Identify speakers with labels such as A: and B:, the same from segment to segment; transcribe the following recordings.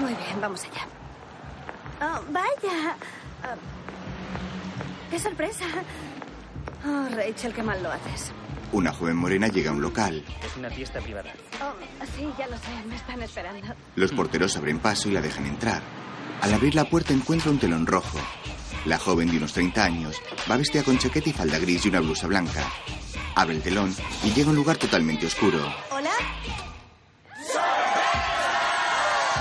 A: Muy bien, vamos allá.
B: Oh, vaya. Ah, qué sorpresa.
A: Oh, Rachel, qué mal lo haces.
C: Una joven morena llega a un local.
D: Es una fiesta privada.
A: Oh, sí, ya lo sé, me están esperando.
C: Los porteros abren paso y la dejan entrar. Al abrir la puerta encuentra un telón rojo. La joven de unos 30 años va vestida con chaqueta y falda gris y una blusa blanca. Abre el telón y llega a un lugar totalmente oscuro.
B: ¿Hola?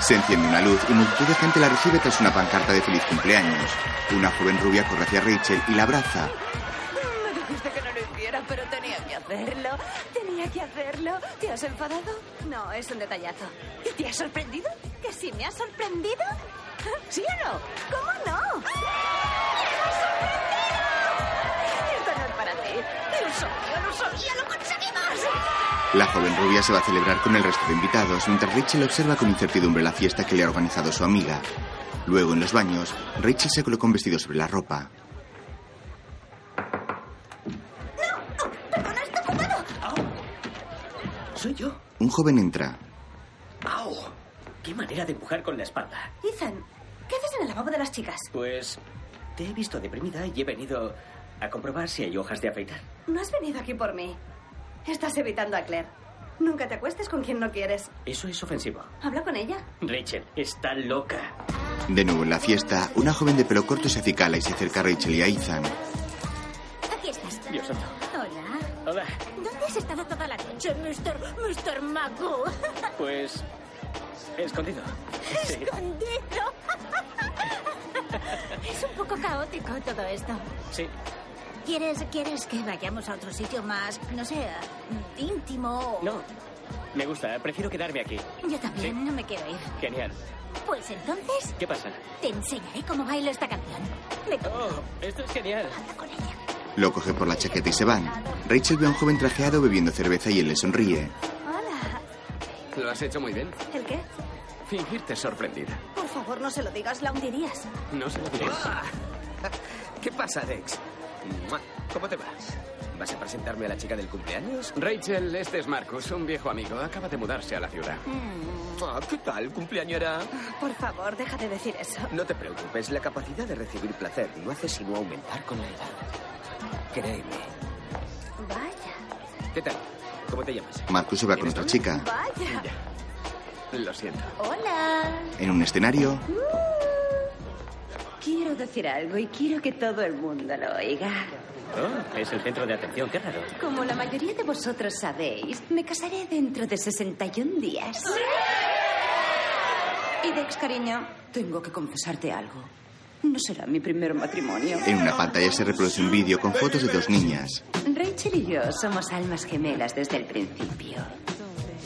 C: Se enciende una luz y multitud de gente la recibe tras una pancarta de feliz cumpleaños. Una joven rubia corre hacia Rachel y la abraza.
A: Me dijiste que no lo hiciera, pero tenía que hacerlo. Tenía que hacerlo. ¿Te has enfadado? No, es un detallazo.
B: ¿Y te ha sorprendido? ¿Que si me ha sorprendido? ¿Sí o no? ¿Cómo no?
A: Esto no es para ti. Lo sabía, lo sabía, lo conseguimos.
C: La joven rubia se va a celebrar con el resto de invitados, mientras Rachel observa con incertidumbre la fiesta que le ha organizado su amiga. Luego, en los baños, Rachel se coloca un vestido sobre la ropa.
D: Soy yo.
C: Un joven entra.
D: ¡Au! ¡Qué manera de empujar con la espalda!
B: Ethan, ¿qué haces en el lavabo de las chicas?
D: Pues te he visto deprimida y he venido a comprobar si hay hojas de afeitar.
B: No has venido aquí por mí. Estás evitando a Claire. Nunca te acuestes con quien no quieres.
D: Eso es ofensivo.
B: Habla con ella.
D: Rachel está loca.
C: De nuevo en la fiesta, una joven de pelo corto se acicala y se acerca a Rachel y a Ethan.
E: Aquí estás.
D: Dios santo.
E: Hola.
D: Hola.
E: ¿Dónde has estado toda la noche, Mr. Mr. Mago?
D: Pues. Escondido. Sí.
E: Escondido. Es un poco caótico todo esto.
D: Sí.
E: ¿Quieres, ¿Quieres que vayamos a otro sitio más, no sé, íntimo? o-
D: No. Me gusta. Prefiero quedarme aquí.
E: Yo
D: Sí.
E: también, no me quiero ir.
D: Genial.
E: Pues entonces,
D: ¿Qué pasa?
E: te enseñaré cómo bailo esta canción. Me
D: Oh, esto es genial.
E: habla con ella.
C: Lo coge por la chaqueta y se van. Rachel ve a un joven trajeado bebiendo cerveza y él le sonríe.
B: Hola.
F: Lo has hecho muy bien.
B: ¿El qué?
F: Fingirte sorprendida.
B: Por favor, no se lo digas, la hundirías.
F: No se lo diré.
D: Ah.
F: ¿Qué pasa, Dex? Mua. Mm, ah, ¿Cómo te vas? ¿Vas a presentarme a la chica del cumpleaños? Rachel, este es Marcus, un viejo amigo. Acaba de mudarse a la ciudad. Ah, ¿Qué tal, cumpleañera?
B: Mm, Por favor, deja de decir eso.
F: No te preocupes, Pues la capacidad de recibir placer no hace sino aumentar con la edad. Créeme.
B: Vaya,
F: ¿Qué tal? ¿Cómo te llamas?
C: Marcus se va con otra chica.
B: vaya.
F: Lo siento.
E: Hola.
C: En un escenario,
A: Quiero decir algo y quiero que todo el mundo lo oiga.
D: Oh, es el centro de atención. Qué raro.
A: Como la mayoría de vosotros sabéis, me casaré dentro de 61 días. Y Dex, cariño, tengo que confesarte algo. No será mi primer matrimonio.
C: en una pantalla se reproduce un vídeo con fotos de dos niñas.
A: Rachel y yo somos almas gemelas desde el principio.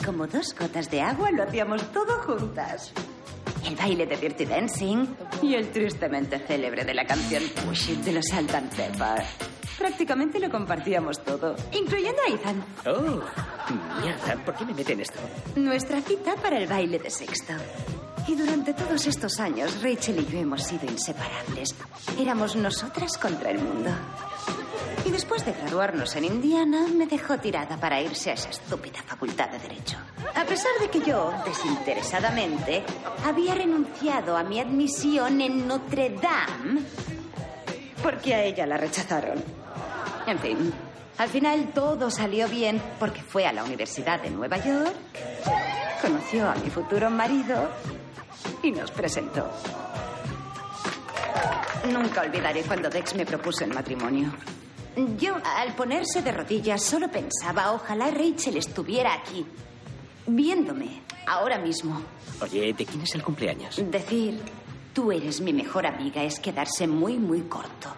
A: Como dos gotas de agua lo hacíamos todo juntas. El baile de Dirty Dancing y el tristemente célebre de la canción Push It de los Salt and Pepper. Prácticamente lo compartíamos todo, incluyendo a Ethan.
D: Oh, mierda. ¿Por qué me meten esto?
A: Nuestra cita para el baile de sexto. Y durante todos estos años, Rachel y yo hemos sido inseparables. Éramos nosotras contra el mundo. Y después de graduarnos en Indiana, me dejó tirada para irse a esa estúpida facultad de Derecho. A pesar de que yo, desinteresadamente, había renunciado a mi admisión en Notre Dame porque a ella la rechazaron. En fin, al final todo salió bien porque fue a la Universidad de Nueva York, conoció a mi futuro marido y nos presentó. Nunca olvidaré cuando Dex me propuso el matrimonio. Yo, al ponerse de rodillas, solo pensaba, ojalá Rachel estuviera aquí, viéndome, ahora mismo.
D: Oye, ¿de quién es el cumpleaños?
A: Decir, tú eres mi mejor amiga es quedarse muy, muy corto.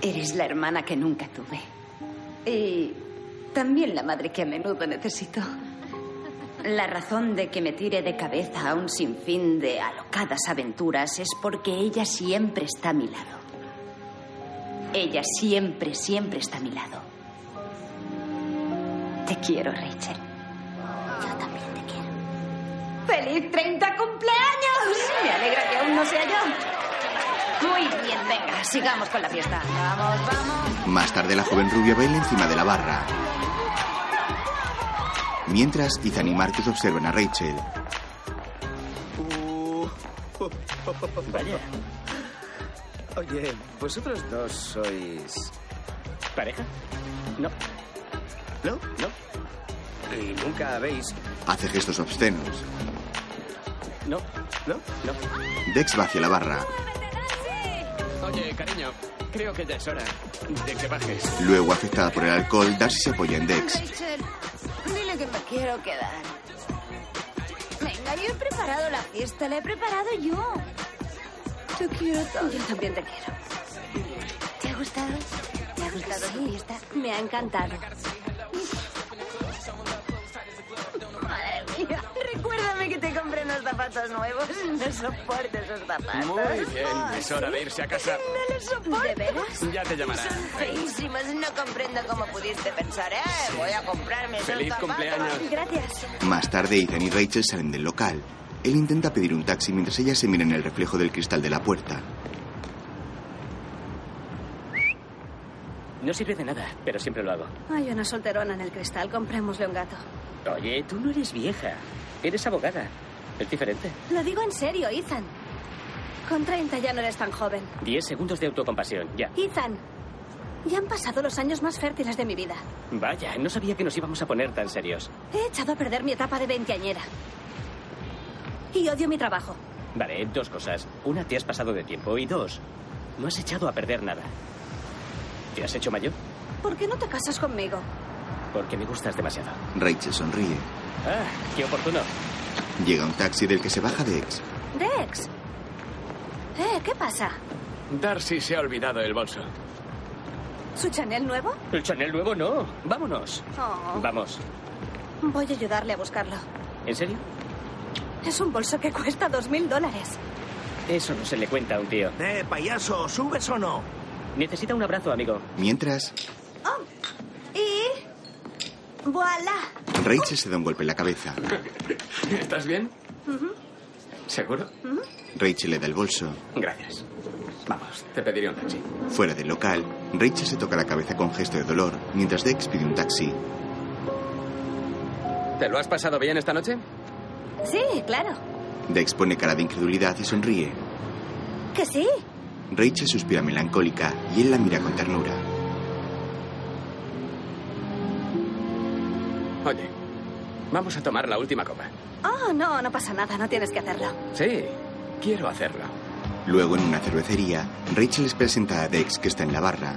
A: Eres la hermana que nunca tuve. Y también la madre que a menudo necesito. La razón de que me tire de cabeza a un sinfín de alocadas aventuras es porque ella siempre está a mi lado. Ella siempre, siempre está a mi lado. Te quiero, Rachel.
E: Yo también te quiero.
A: ¡Feliz 30 cumpleaños! Me alegra que aún no sea yo. Muy bien, venga, sigamos con la fiesta. Vamos, vamos.
C: Más tarde la joven rubia baila encima de la barra. Mientras, Ethan y Marcus observan a Rachel.
D: Vaya. Oye, ¿vosotros dos sois pareja? No. No, no. Y nunca habéis...
C: Hace gestos obscenos.
D: No, no, no.
C: Dex va hacia la barra.
D: Oye, cariño, creo que ya es hora de que bajes.
C: Luego, afectada por el alcohol, Darcy se apoya en Dex.
A: Rachel, dile que me quiero quedar. Venga, yo he preparado la fiesta, la he preparado yo. Te quiero tanto. Yo también te quiero.
G: ¿Te ha gustado? ¿Te ha gustado tu fiesta?
A: Me ha encantado. Madre mía, recuérdame que te compré unos zapatos nuevos. No soporto esos zapatos.
D: Muy bien, es hora de irse a casa.
A: No los soporto. ¿De veras?
D: Ya te llamarán.
A: Son feísimos, no comprendo cómo pudiste pensar, ¿eh? Voy a comprarme esos
D: Feliz
A: zapatos.
D: cumpleaños.
A: Gracias.
C: Más tarde, Ethan y Rachel salen del local. Él intenta pedir un taxi mientras ella se mira en el reflejo del cristal de la puerta.
H: No sirve de nada, pero siempre lo hago.
A: Hay una solterona en el cristal, comprémosle un gato.
H: Oye, tú no eres vieja. Eres abogada. Es diferente.
A: Lo digo en serio, Ethan. Con 30 ya no eres tan joven.
H: Diez segundos de autocompasión, ya.
A: Ethan, ya han pasado los años más fértiles de mi vida.
H: Vaya, no sabía que nos íbamos a poner tan serios.
A: He echado a perder mi etapa de veinteañera. Y odio mi trabajo.
H: Vale, dos cosas. Una, te has pasado de tiempo. Y dos, no has echado a perder nada. ¿Te has hecho mayor?
A: ¿Por qué no te casas conmigo?
H: Porque me gustas demasiado.
C: Rachel sonríe.
H: Ah, qué oportuno.
C: Llega un taxi del que se baja Dex.
A: Dex. Eh, ¿qué pasa?
D: Darcy se ha olvidado el bolso.
A: ¿Su Chanel nuevo?
H: El Chanel nuevo no. Vámonos.
A: Oh,
H: Vamos.
A: voy a ayudarle a buscarlo.
H: ¿En serio?
A: Es un bolso que cuesta dos mil dólares.
H: Eso no se le cuenta a un tío.
F: Eh, payaso, ¿subes o no?
H: Necesita un abrazo, amigo.
C: Mientras,
A: Y... ¡Voilà!
C: Rachel se da un golpe en la cabeza.
D: ¿Estás bien? ¿Seguro?
C: Rachel le da el bolso.
D: Gracias. Vamos, te pediré un taxi.
C: Fuera del local, Rachel se toca la cabeza con gesto de dolor, mientras Dex pide un taxi.
D: ¿Te lo has pasado bien esta noche?
A: Sí, claro.
C: Dex pone cara de incredulidad y sonríe.
A: ¿Que sí?
C: Rachel suspira melancólica y él la mira con ternura.
D: Oye, vamos a tomar la última copa.
A: Oh, no, no pasa nada, no tienes que hacerlo.
D: Sí, quiero hacerlo.
C: Luego, en una cervecería, Rachel les presenta a Dex, que está en la barra.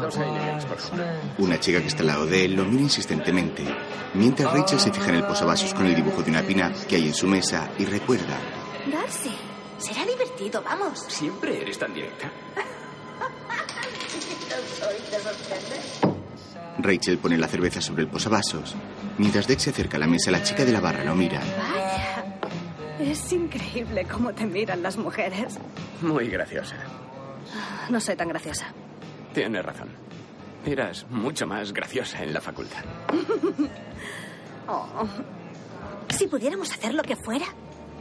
D: Dos Heinekens, por favor.
C: Una chica que está al lado de él lo mira insistentemente, mientras Rachel se fija en el posavasos con el dibujo de una pina que hay en su mesa y recuerda.
G: Darcy, será divertido, vamos.
D: ¿Siempre eres tan directa?
C: Rachel pone la cerveza sobre el posavasos. Mientras Dex se acerca a la mesa, la chica de la barra lo mira.
A: Vaya. Es increíble cómo te miran las mujeres.
D: Muy graciosa.
A: No soy tan graciosa.
D: Tienes razón. Eras mucho más graciosa en la facultad.
A: Oh,
G: Si pudiéramos hacer lo que fuera.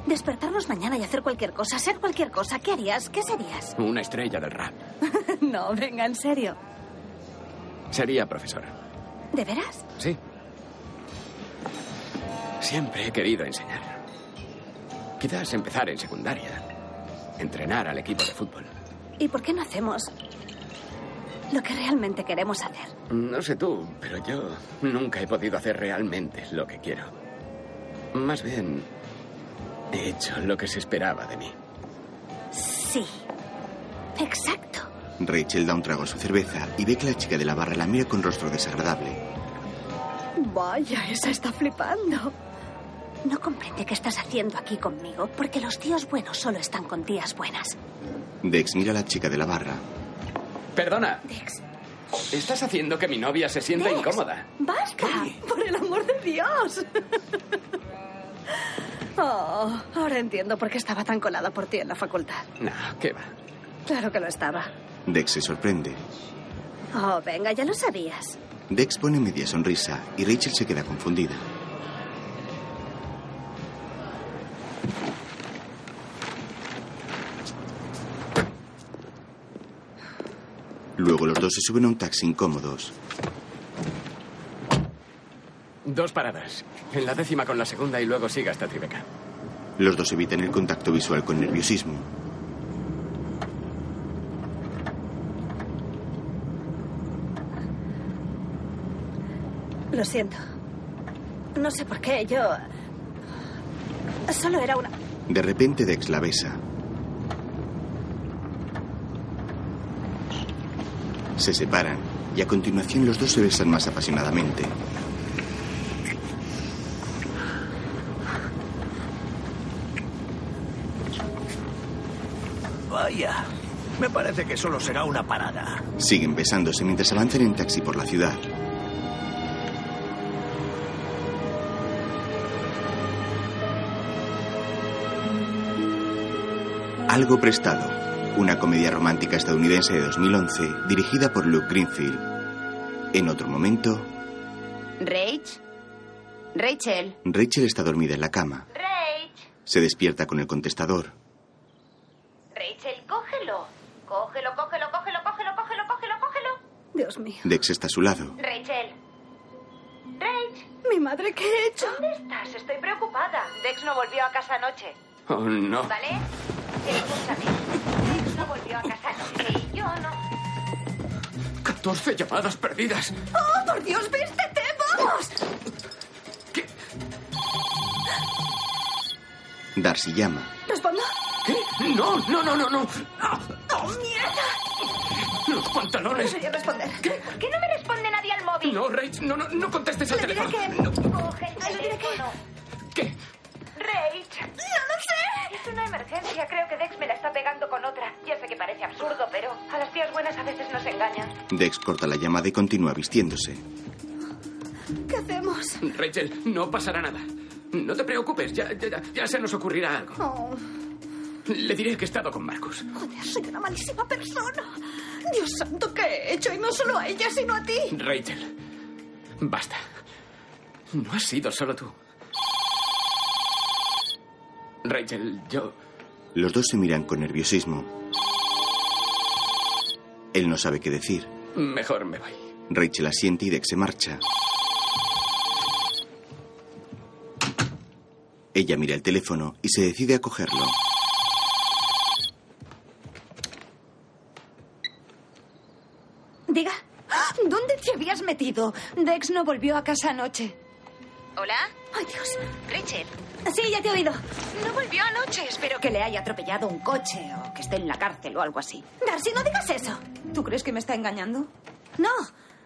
A: despertarnos mañana y hacer cualquier cosa, ser cualquier cosa, ¿qué harías? ¿Qué serías?
D: Una estrella del rap.
A: No, venga, en serio.
D: Sería profesora.
A: ¿De veras?
D: Sí. Siempre he querido enseñar. Quizás empezar en secundaria. Entrenar al equipo de fútbol.
A: ¿Y por qué no hacemos lo que realmente queremos hacer?
D: No sé tú, pero yo nunca he podido hacer realmente lo que quiero. Más bien, he hecho lo que se esperaba de mí.
G: Sí. Exacto.
C: Rachel da un trago a su cerveza y ve que la chica de la barra la mira con rostro desagradable.
A: Vaya, esa está flipando.
G: No comprende qué estás haciendo aquí conmigo, porque los tíos buenos solo están con tías buenas.
C: Dex mira a la chica de la barra.
D: Perdona,
G: Dex,
D: estás haciendo que mi novia se sienta
G: Dex.
D: incómoda.
A: ¡Basta! ¡Por el amor de Dios! Oh, ahora entiendo por qué estaba tan colada por ti en la facultad.
D: No, qué va.
A: Claro que lo estaba.
C: Dex se sorprende.
A: Oh, venga, ya lo sabías.
C: Dex pone media sonrisa y Rachel se queda confundida. Luego los dos se suben a un taxi incómodos.
D: Dos paradas. En la décima con la segunda y luego siga hasta Tribeca.
C: Los dos evitan el contacto visual con nerviosismo.
E: Lo siento. No sé por qué, yo... Solo era una...
C: De repente Dex la besa. Se separan y a continuación los dos se besan más apasionadamente.
I: Vaya, me parece que solo será una parada.
C: Siguen besándose mientras avanzan en taxi por la ciudad. Algo prestado, una comedia romántica estadounidense de 2011 dirigida por Luke Greenfield. En otro momento,
B: Rach. Rachel.
C: Rachel está dormida en la cama.
B: Rach.
C: Se despierta con el contestador.
B: Rachel, cógelo. Cógelo, cógelo, cógelo, cógelo, cógelo, cógelo, cógelo.
E: Dios mío.
C: Dex está a su lado.
B: Rachel. Rach,
E: Mi madre, ¿qué he hecho?
B: ¿dónde estás? Estoy preocupada. Dex no volvió a casa anoche.
F: Oh, no.
B: ¿Vale? Eh, Escúchame. Dex no volvió a casa anoche y yo no.
F: 14 llamadas perdidas.
E: ¡Oh, por Dios, vístete! ¡Vamos!
F: ¿Qué?
C: Darcy llama.
E: ¿Respondo?
F: ¿Qué? No, no, no, no, no. Ah,
E: ¡Oh, mierda!
F: los pantalones.
E: Debería responder.
B: ¿Por qué no me responde nadie al móvil?
F: No, Rach, no, no, no contestes el
E: Le diré
F: teléfono.
E: que... No,
B: Coge el
E: Le diré que-
B: teléfono.
F: ¿Qué?
B: Rach.
E: no sé.
B: Es una emergencia. Creo que Dex me la está pegando con otra. Ya sé que parece absurdo, pero a las tías buenas a veces nos engañan.
C: Dex corta la llamada y continúa vistiéndose.
E: ¿Qué hacemos?
F: Rachel, no pasará nada. No te preocupes, ya, ya, ya- ya se nos ocurrirá algo.
E: Oh,
F: Le diré que he estado con Marcus.
E: joder, soy una malísima persona. Dios santo, ¿qué he hecho? Y no solo a ella, sino a ti.
F: Rachel, basta. No has sido solo tú. Rachel, yo...
C: Los dos se miran con nerviosismo. Él no sabe qué decir.
F: Mejor me voy.
C: Rachel asiente y Dex se marcha. Ella mira el teléfono y se decide a cogerlo.
E: Diga, ¿dónde te habías metido? Dex no volvió a casa anoche.
B: ¿Hola?
E: Ay, Dios.
B: Rachel.
E: Sí, ya te he oído.
B: No volvió anoche.
A: Espero que le haya atropellado un coche o que esté en la cárcel o algo así.
E: Darcy, no digas eso.
A: ¿Tú crees que me está engañando?
E: No,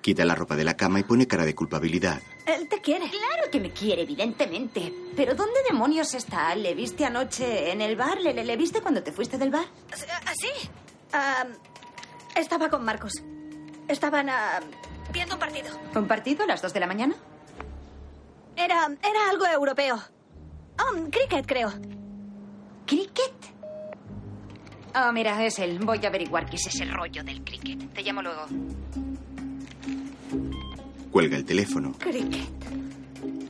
C: Quita la ropa de la cama y pone cara de culpabilidad.
E: él te quiere.
A: Claro que me quiere, evidentemente. Pero ¿dónde demonios está? ¿Le viste anoche en el bar? ¿Le, le- le viste cuando te fuiste del bar?
E: ¿Así? ah, estaba con Marcos. Estaban ah, viendo un partido.
A: ¿Un partido a las dos de la mañana?
E: Era, era algo europeo. Um, cricket, creo.
A: ¿Cricket? Ah, mira, es él. Voy a averiguar qué es ese rollo del cricket. Te llamo luego.
C: Cuelga el teléfono.
E: Cricket.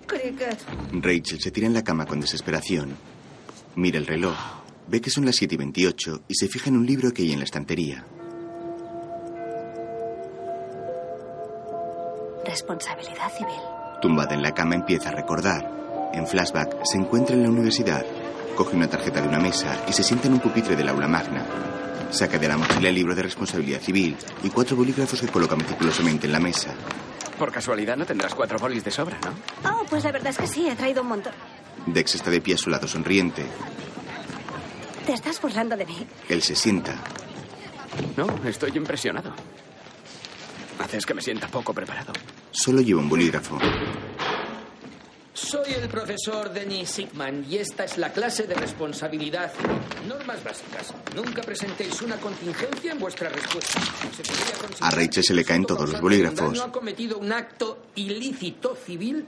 E: Cricket.
C: Rachel se tira en la cama con desesperación. Mira el reloj. Ve que son las 7 y 28 y se fija en un libro que hay en la estantería.
E: Responsabilidad civil.
C: Tumbada en la cama empieza a recordar. En flashback se encuentra en la universidad. Coge una tarjeta de una mesa y se sienta en un pupitre del aula magna. Saca de la mochila el libro de responsabilidad civil y cuatro bolígrafos que coloca meticulosamente en la mesa.
F: Por casualidad no tendrás cuatro bolis de sobra, ¿no?
E: Oh, pues la verdad es que sí, he traído un montón.
C: Dex está de pie a su lado sonriente.
E: Te estás burlando de mí.
C: Él se sienta.
F: No, estoy impresionado. Haces que me sienta poco preparado.
C: Solo lleva un bolígrafo.
J: Soy el profesor Denis Sigman y esta es la clase de responsabilidad. Normas básicas. Nunca presentéis una contingencia en vuestra respuesta. Se podría considerar
C: A Rachel se le
J: que
C: caen
J: el
C: todos los
J: causante
C: bolígrafos.
J: de un daño ha cometido un acto ilícito civil.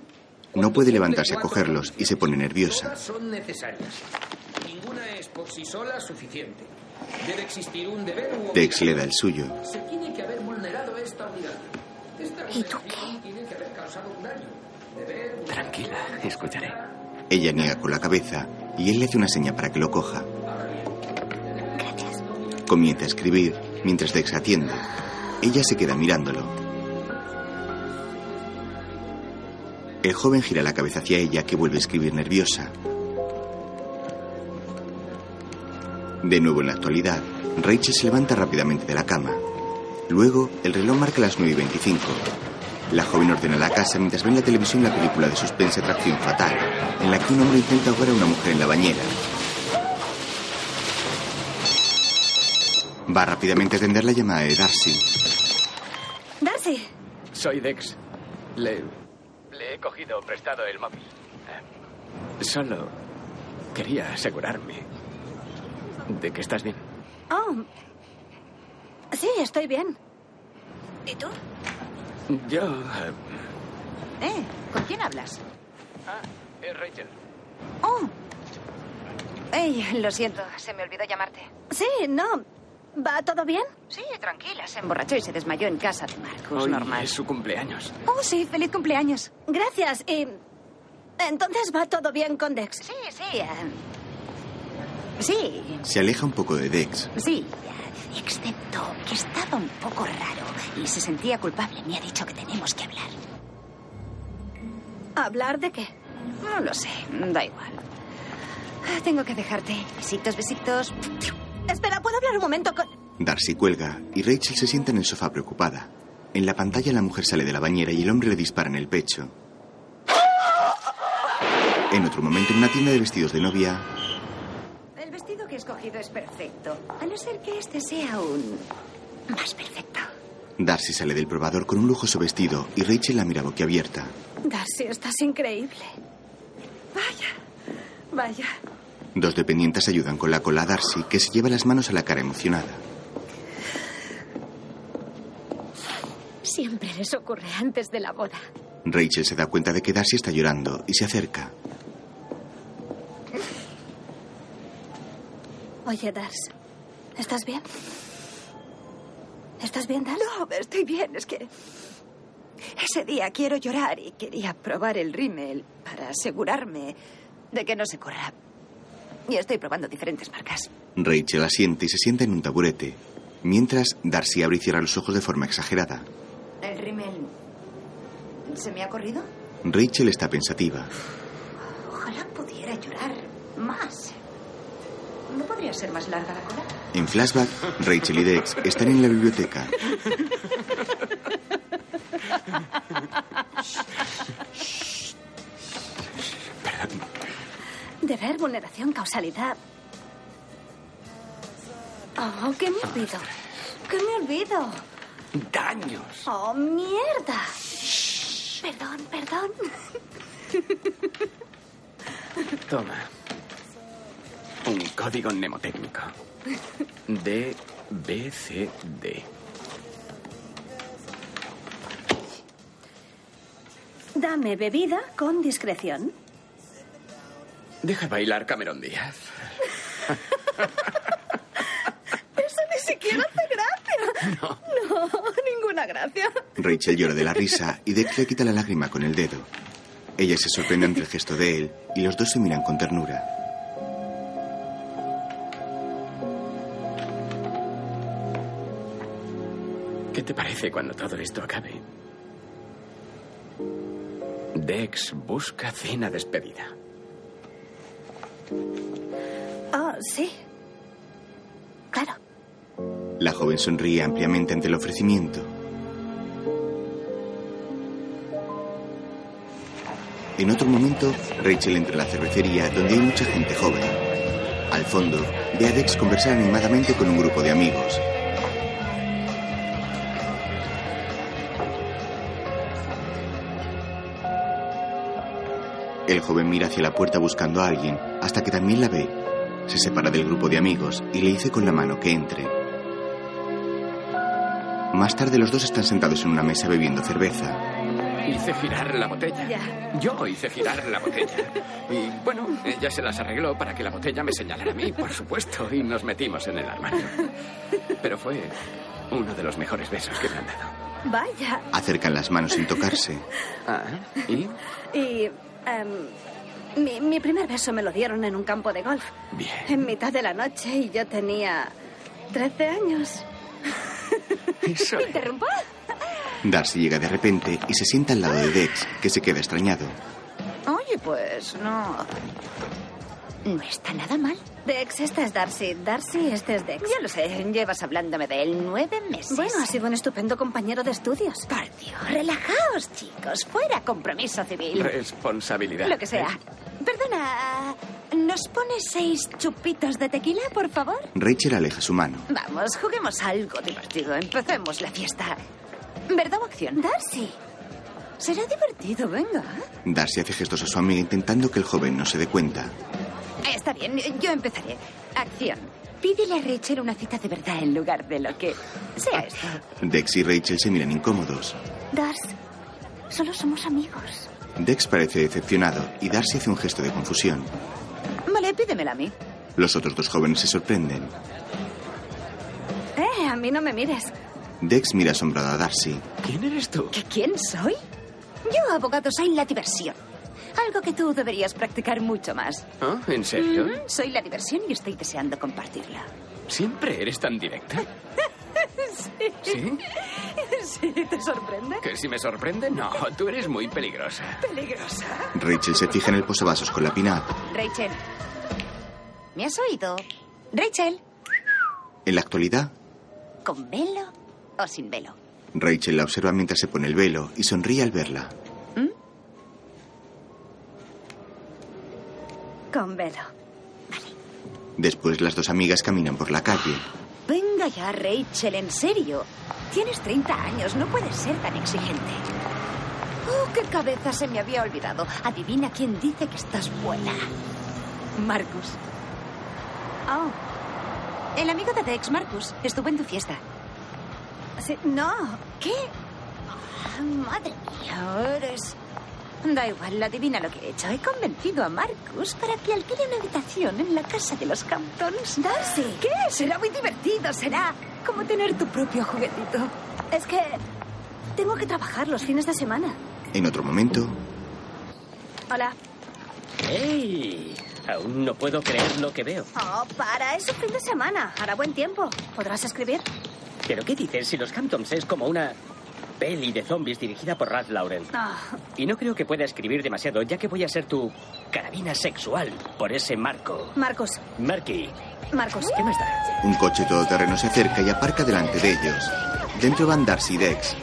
C: No puede
J: Cumple
C: levantarse a
J: cuatro
C: cogerlos y se pone nerviosa.
J: Todas son necesarias. Ninguna es por sí sola suficiente. Debe existir un deber u
C: Dex le da el suyo.
J: se tiene que haber vulnerado esta obligación. Esta
E: ¿Y tú
J: obligación tiene que haber causado un daño. Deber,
F: Tranquila, escucharé.
C: Ella niega con la cabeza y él le hace una seña para que lo coja. Comienza a escribir mientras Dex atiende. Ella se queda mirándolo. El joven gira la cabeza hacia ella que vuelve a escribir nerviosa. De nuevo en la actualidad, Rachel se levanta rápidamente de la cama. Luego, el reloj marca las 9 y 25. La joven ordena la casa mientras ve en la televisión la película de suspense Atracción Fatal, en la que un hombre intenta ahogar a una mujer en la bañera. Va rápidamente a atender la llamada de Darcy.
B: Darcy,
F: Soy Dex. Le... Le he cogido prestado el móvil. Eh, Solo quería asegurarme de que estás bien.
B: oh. Sí, estoy bien. ¿Y tú?
F: Yo... eh,
B: Eh, ¿con quién hablas?
F: Ah, es Rachel.
B: Oh,
A: Ey, lo siento, se me olvidó llamarte.
B: sí, no. ¿Va todo bien?
A: Sí, tranquila, se emborrachó y se desmayó en casa de Marcus,
F: Hoy
A: normal.
F: es su cumpleaños.
B: Oh, sí, feliz cumpleaños. Gracias, y... Entonces va todo bien con Dex. Sí, sí.
A: em, Sí,
C: Se aleja un poco de Dex.
A: sí, excepto que estaba un poco raro y se sentía culpable. Me ha dicho que tenemos que hablar.
B: ¿Hablar de qué?
A: No lo sé, da igual. Ah, Tengo que dejarte. Besitos, besitos.
B: Espera, ¿puedo hablar un momento con...?
C: Darcy cuelga y Rachel se sienta en el sofá preocupada. En la pantalla la mujer sale de la bañera y el hombre le dispara en el pecho. En otro momento, en una tienda de vestidos de novia,
A: El vestido que he escogido es perfecto, a no ser que este sea un más perfecto.
C: Darcy sale del probador con un lujoso vestido y Rachel la mira boquiabierta.
B: Darcy, estás increíble. Vaya, vaya.
C: Dos dependientes ayudan con la cola a Darcy, que se lleva las manos a la cara emocionada.
E: Siempre les ocurre antes de la boda.
C: Rachel se da cuenta de que Darcy está llorando y se acerca.
B: Oye, Darcy, ¿estás bien? ¿Estás bien, Darcy? No, estoy bien, es que...
A: Ese día quiero llorar y quería probar el rímel para asegurarme de que no se corra. Y estoy probando diferentes marcas.
C: Rachel asiente y se sienta en un taburete, mientras Darcy abre y cierra los ojos de forma exagerada.
A: ¿El rímel se me ha corrido?
C: Rachel está pensativa.
A: Ojalá pudiera llorar más. ¿No podría ser más larga la cola?
C: En flashback, Rachel y Dex están en la biblioteca.
B: Deber, vulneración, causalidad. Oh, que me olvido. Que me olvido.
F: ¡Daños!
B: Oh, mierda. Perdón, perdón.
F: Toma. Un código mnemotécnico. D, B, C, D.
B: Dame bebida con discreción.
F: Deja bailar Cameron Díaz.
B: Eso ni siquiera hace gracia. No, ninguna gracia.
C: Rachel llora de la risa y Dex le quita la lágrima con el dedo. Ella se sorprende ante el gesto de él y los dos se miran con ternura.
F: ¿Qué te parece cuando todo esto acabe? Dex busca cena despedida.
B: Ah, sí. Claro.
C: La joven sonríe ampliamente ante el ofrecimiento. En otro momento, Rachel entra a la cervecería donde hay mucha gente joven. Al fondo, ve a Dex conversar animadamente con un grupo de amigos. El joven mira hacia la puerta buscando a alguien, hasta que también la ve. Se separa del grupo de amigos y le dice con la mano que entre. Más tarde los dos están sentados en una mesa bebiendo cerveza.
F: Hice girar la botella.
B: Ya.
F: Yo hice girar la botella. Y bueno, ella se las arregló para que la botella me señalara a mí, por supuesto, y nos metimos en el armario. Pero fue uno de los mejores besos que me han dado.
B: Vaya.
C: Acercan las manos sin tocarse.
F: Ah, y
B: Y... em, mi, mi primer beso me lo dieron en un campo de golf.
F: bien.
B: En mitad de la noche y yo tenía 13 años.
F: Eso es.
B: ¿Interrumpo?
C: Darcy llega de repente y se sienta al lado de Dex, que se queda extrañado.
A: Oye, pues no. No está nada mal.
B: Dex, esta es Darcy. Darcy, este es Dex.
A: Ya lo sé, llevas hablándome de él nueve meses.
B: Bueno, ha sido un estupendo compañero de estudios.
A: Por Dios, relajaos, chicos. Fuera compromiso civil.
F: Responsabilidad. ¿Eh?
A: Lo que sea. Perdona, ¿nos pones seis chupitos de tequila, por favor?
C: Rachel aleja su mano.
A: Vamos, juguemos a algo divertido. Empecemos la fiesta. ¿Verdad o acción?
B: Darcy.
A: Será divertido, venga.
C: Darcy hace gestos a su amiga intentando que el joven no se dé cuenta.
A: Está bien, yo empezaré. Acción. Pídele a Rachel una cita de verdad en lugar de lo que sea esto.
C: Dex y Rachel se miran incómodos.
B: Darcy, solo somos amigos.
C: Dex parece decepcionado y Darcy hace un gesto de confusión.
A: Vale, pídemela a mí.
C: Los otros dos jóvenes se sorprenden.
B: Eh, a mí no me mires.
C: Dex mira asombrado a Darcy.
F: ¿Quién eres tú?
A: ¿Que quién soy? Yo, abogados, hay la diversión. Algo que tú deberías practicar mucho más.
F: ¿Ah, ¿En serio?
A: Mm, Soy la diversión y estoy deseando compartirla.
F: ¿Siempre eres tan directa? ¿Sí?
A: Sí, ¿te sorprende?
F: Que si me sorprende, no. Tú eres muy peligrosa.
A: Peligrosa.
C: Rachel se fija en el posavasos con la pin-up.
A: Rachel. ¿Me has oído? Rachel.
C: En la actualidad,
A: ¿Con velo o sin velo?
C: Rachel la observa mientras se pone el velo y sonríe al verla.
B: Con velo.
C: Después las dos amigas caminan por la calle.
A: Venga ya, Rachel, en serio. Tienes 30 años, no puedes ser tan exigente. Oh, qué cabeza se me había olvidado. Adivina quién dice que estás buena. Marcus. Oh. El amigo de Dex, Marcus, estuvo en tu fiesta.
B: Sí, no.
A: ¿Qué? Ah, Madre mía, eres. Da igual, adivina lo que he hecho. He convencido a Marcus para que alquile una habitación en la casa de los Camptons. Darcy. ¿Qué? Será muy divertido, será como tener tu propio juguetito.
B: Es que tengo que trabajar los fines de semana.
C: En otro momento,
B: Hola.
D: ¡Ey! Aún no puedo creer lo que veo.
B: Oh, para, es un fin de semana. Hará buen tiempo. ¿Podrás escribir?
D: ¿Pero qué dices si los Hamptons es como una peli de zombies dirigida por Ralph Lauren?
B: Ah,
D: Y no creo que pueda escribir demasiado, ya que voy a ser tu carabina sexual por ese marco.
B: Marcos,
D: Marky,
A: Uh,
B: Marcos.
D: ¿qué más da?
C: un coche todoterreno se acerca y aparca delante de ellos. Dentro van Darcy y Dex.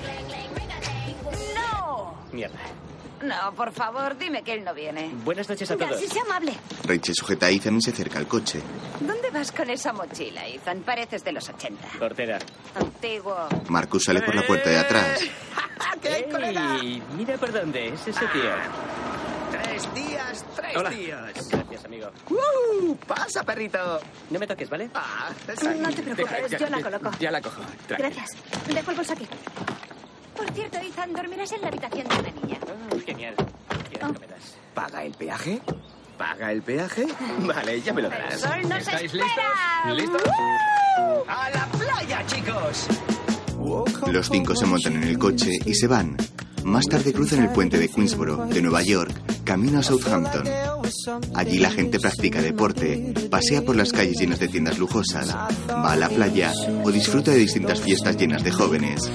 D: Mierda.
A: No, por favor, dime que él no viene.
D: Buenas noches a todos.
B: Darcy, sea amable.
C: Rachel sujeta a Ethan y se acerca al coche.
A: ¿Dónde vas con esa mochila, Ethan? Pareces de los 80.
D: Cortera.
A: Antiguo.
C: Marcus sale por la puerta de atrás.
I: ¡Qué hay, colega! Ah,
D: Ey, Mira por dónde es ese tío.
I: ¡Tres días, tres
F: Hola.
I: días!
D: Gracias, amigo.
I: ¡Woo! ¡Pasa, perrito!
D: No me toques, ¿vale?
I: Ah,
B: No te
A: Pues
B: preocupes, yo la coloco.
F: Ya la cojo. Tranquila.
B: Gracias. Dejo el bolso aquí.
A: Por cierto, Ethan, dormirás en la habitación de una niña.
D: Ah, genial. Quiero que me das.
I: ¿Paga el peaje? ¿Paga el peaje?
F: Vale, ya me lo darás.
A: sol nos
F: ¿Estáis
A: espera.
F: listos? ¿Listos?
I: ¡A la playa, chicos!
C: Los cinco se montan en el coche y se van. Más tarde cruzan el puente de Queensboro, de Nueva York, camino a Southampton. Allí la gente practica deporte, pasea por las calles llenas de tiendas lujosas, va a la playa o disfruta de distintas fiestas llenas de jóvenes.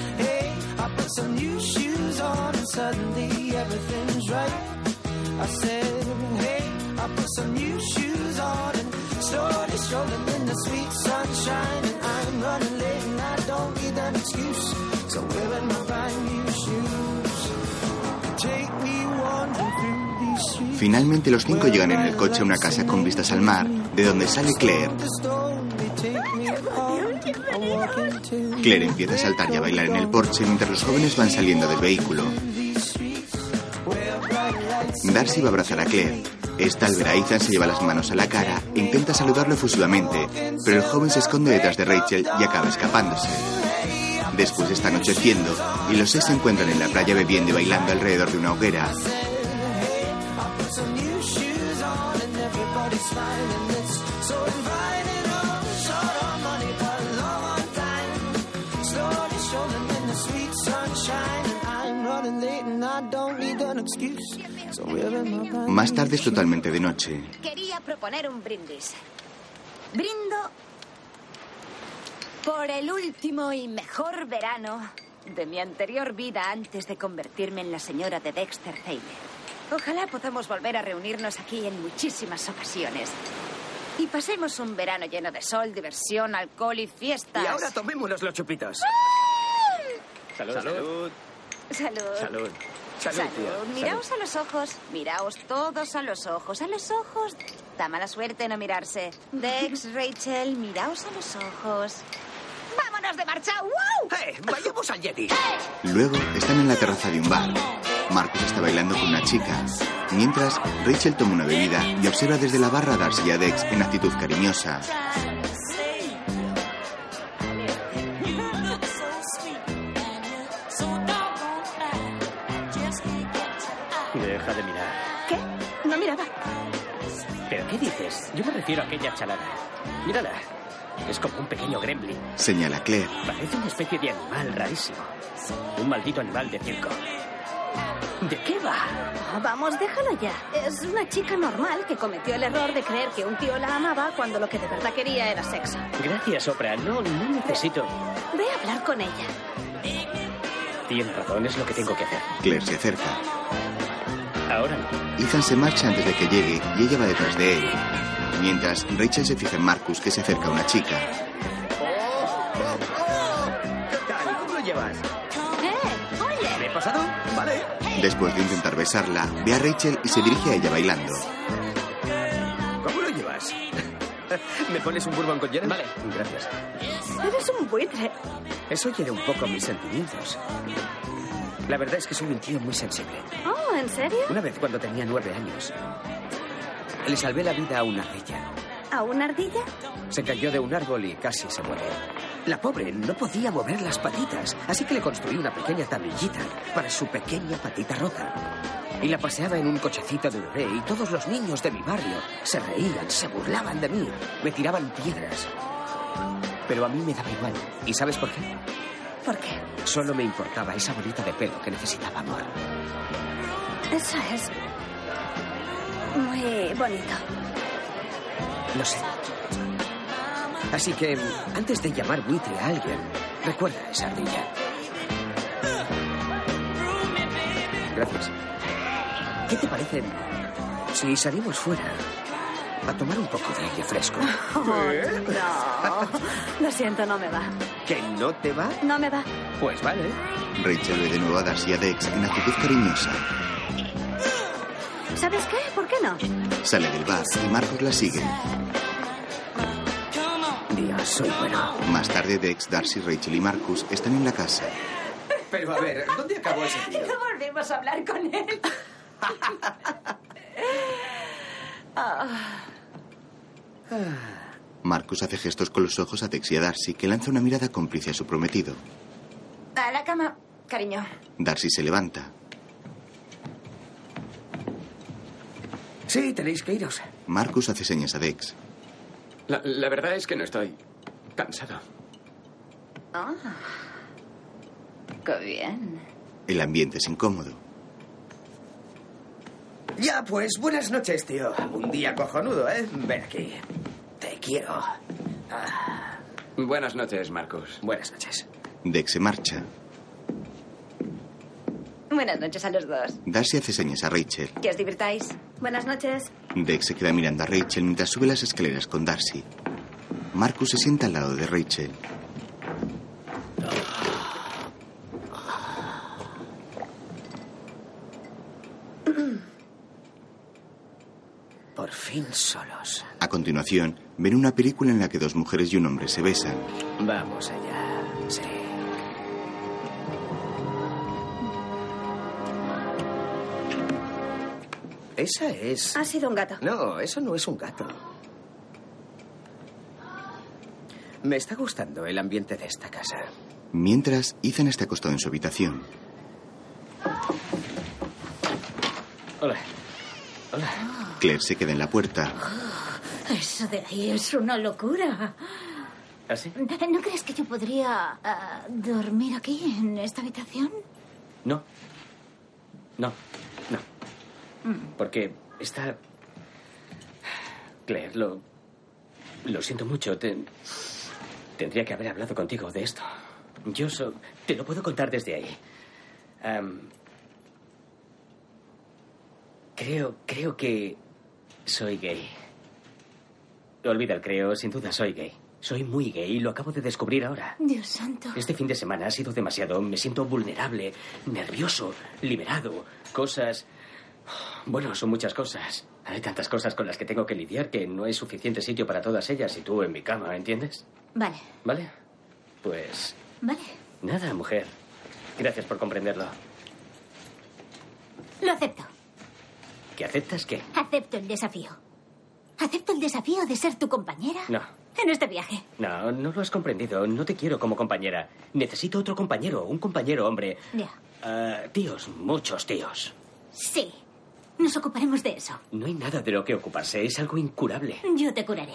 C: Finalmente los cinco llegan en el coche a una casa con vistas al mar, de donde sale Claire. Claire empieza a saltar y a bailar en el porche mientras los jóvenes van saliendo del vehículo. Darcy va a abrazar a Claire. Esta al ver a Ethan se lleva las manos a la cara e intenta saludarlo efusivamente, pero el joven se esconde detrás de Rachel y acaba escapándose. Después está anocheciendo y los seis se encuentran en la playa bebiendo y bailando alrededor de una hoguera. Más tarde es totalmente de noche.
A: Mm,
B: Quería proponer un brindis. Brindo por el último y mejor verano
A: de mi anterior vida antes de convertirme en la señora de Dexter Taylor. Ojalá podamos volver a reunirnos aquí en muchísimas ocasiones. Y pasemos un verano lleno de sol, diversión, alcohol y fiestas.
F: Y ahora tomémonos los chupitos. Salud, salud.
A: Salud.
F: Salud. Salud,
A: Salud.
F: tío.
A: Miraos a los ojos. Miraos todos a los ojos. A los ojos. Da mala suerte no mirarse. Dex, Rachel, miraos a los ojos. ¡Vámonos de marcha! ¡Wow!
F: ¡Eh! ¡Vayamos al Yeti!
C: Luego están en la terraza de un bar. Marcus está bailando con una chica. Mientras, Rachel toma una bebida y observa desde la barra a Darcy y a Dex en actitud cariñosa.
D: Deja de mirar.
B: ¿Qué? No miraba.
D: ¿Pero qué dices? Yo me refiero a aquella chalada. Mírala. Es como un pequeño gremlin.
C: Señala Claire.
D: Parece una especie de animal rarísimo. Un maldito animal de circo. ¿De qué va?
E: Ah, vamos, déjalo ya. Es una chica normal que cometió el error de creer que un tío la amaba cuando lo que de verdad quería era sexo.
D: Gracias, Oprah. No, no necesito.
E: Ve a hablar con ella.
D: Tienes razón, es lo que tengo que hacer.
C: Claire se acerca.
D: Ahora no.
C: Ethan se marcha antes de que llegue y ella va detrás de él. Mientras, Rachel se fija en Marcus que se acerca a una chica.
F: ¿Qué tal? ¿Cómo lo llevas?
E: ¡Eh! ¡Oye!
F: ¿Me he pasado? Vale.
C: Después de intentar besarla, ve a Rachel y se dirige a ella bailando.
F: ¿Cómo lo llevas? ¿Me pones un bourbon con hielo? Vale. Gracias.
B: Eres un buitre.
F: Eso hiere un poco mis sentimientos. La verdad es que soy un tío muy sensible.
B: Oh, ¿en serio?
F: Una vez cuando tenía nueve años, le salvé la vida a una ardilla.
B: ¿A una ardilla?
F: Se cayó de un árbol y casi se muere. La pobre no podía mover las patitas, así que le construí una pequeña tablillita para su pequeña patita rota. Y la paseaba en un cochecito de bebé y todos los niños de mi barrio se reían, se burlaban de mí, me tiraban piedras. Pero a mí me daba igual. ¿Y sabes por qué?
B: ¿Por qué?
F: Solo me importaba esa bolita de pelo que necesitaba amor.
B: Eso es. Muy bonito.
F: Lo sé. Así que, antes de llamar buitre a alguien, recuerda esa ardilla. Gracias. ¿Qué te parece si salimos fuera a tomar un poco de aire fresco?
B: Oh, Lo siento, no me va.
F: ¿Que no te va?
B: No me va.
F: Pues vale.
C: Rachel ve de nuevo a Darcy y a Dex en actitud cariñosa.
B: ¿Sabes qué? ¿Por qué no?
C: Sale del bar y Marcus la sigue.
F: Dios, soy bueno.
C: Más tarde, Dex, Darcy, Rachel y Marcus están en la casa.
F: Pero a ver, ¿dónde acabó ese tío?
B: Volvemos a hablar con él. Ah.
C: Marcus hace gestos con los ojos a Dex y a Darcy, que lanza una mirada cómplice a su prometido.
B: A la cama, cariño.
C: Darcy se levanta.
F: Sí, tenéis que iros.
C: Marcus hace señas a Dex.
F: La, la verdad es que no estoy cansado.
A: Ah, qué bien.
C: El ambiente es incómodo.
F: Ya, pues buenas noches, tío. Un día cojonudo, ¿eh? Ven aquí. Te quiero. Buenas noches, Marcus. Buenas noches.
C: Dex se marcha.
A: Buenas noches a los dos.
C: Darcy hace señas a Rachel.
A: Que os divirtáis.
B: Buenas noches.
C: Dex se queda mirando a Rachel mientras sube las escaleras con Darcy. Marcus se sienta al lado de Rachel.
F: Por fin solos.
C: A continuación, ven una película en la que dos mujeres y un hombre se besan.
F: Vamos allá. Sí. Esa es.
B: Ha sido un gato.
F: No, eso no es un gato. Me está gustando el ambiente de esta casa.
C: Mientras, Ethan está acostado en su habitación.
D: Hola.
C: Claire se queda en la puerta.
E: Eso de ahí es una locura.
F: ¿Ah,
D: ¿Así?
E: ¿No crees que yo podría ah, dormir aquí, en esta habitación?
D: No. No. No. Porque está. Claire, lo. Lo siento mucho. te- Tendría que haber hablado contigo de esto. Yo so- te lo puedo contar desde ahí. Am, Creo, creo que soy gay. Olvida el creo, sin duda soy gay. Soy muy gay y lo acabo de descubrir ahora.
E: Dios santo.
D: Este fin de semana ha sido demasiado. Me siento vulnerable, nervioso, liberado. Cosas... Bueno, son muchas cosas. Hay tantas cosas con las que tengo que lidiar que no hay suficiente sitio para todas ellas y tú en mi cama, ¿entiendes?
E: Vale,
D: ¿Vale? Pues...
E: vale.
D: Nada, mujer. Gracias por comprenderlo.
E: Lo acepto.
D: ¿Que aceptas qué?
E: Acepto el desafío. Acepto el desafío de ser tu compañera
D: No,
E: en este viaje.
D: no, no lo has comprendido. No te quiero como compañera. Necesito otro compañero, un compañero, hombre.
E: Ya.
D: Ah, tíos, muchos tíos.
E: Sí. Nos ocuparemos de eso.
D: No hay nada de lo que ocuparse, es algo incurable.
E: Yo te curaré.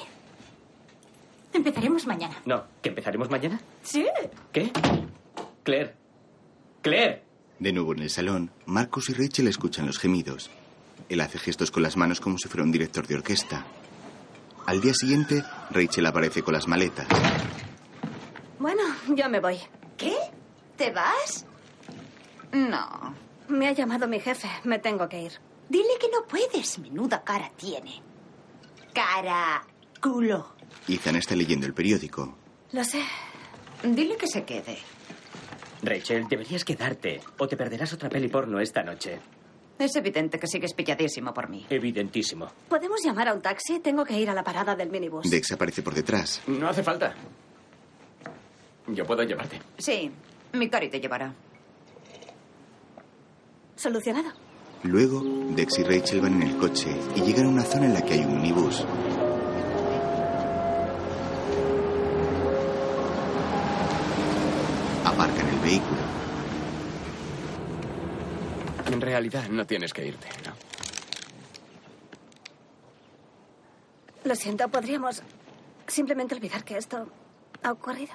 E: Empezaremos mañana.
D: No, ¿que empezaremos mañana?
E: Sí.
D: ¿Qué? Claire. Claire.
C: De nuevo en el salón, Marcus y Rachel escuchan los gemidos. Él hace gestos con las manos como si fuera un director de orquesta. Al día siguiente, Rachel aparece con las maletas.
E: Bueno, yo me voy.
B: ¿Qué? ¿Te vas? No.
E: Me ha llamado mi jefe. Me tengo que ir.
B: Dile que no puedes. Menuda cara tiene. Cara. Culo.
C: Ethan está leyendo el periódico.
E: Lo sé.
B: Dile que se quede.
D: Rachel, deberías quedarte o te perderás otra peli porno esta noche.
B: Es evidente que sigues pilladísimo por mí.
D: Evidentísimo.
E: ¿Podemos llamar a un taxi? Tengo que ir a la parada del minibús.
C: Dex aparece por detrás.
F: No hace falta. Yo puedo llevarte.
B: Sí, mi cari te llevará.
E: ¿Solucionado?
C: Luego, Dex y Rachel van en el coche y llegan a una zona en la que hay un minibús. Aparcan el vehículo.
F: En realidad no tienes que irte, ¿no?
E: Lo siento, podríamos simplemente olvidar que esto ha ocurrido.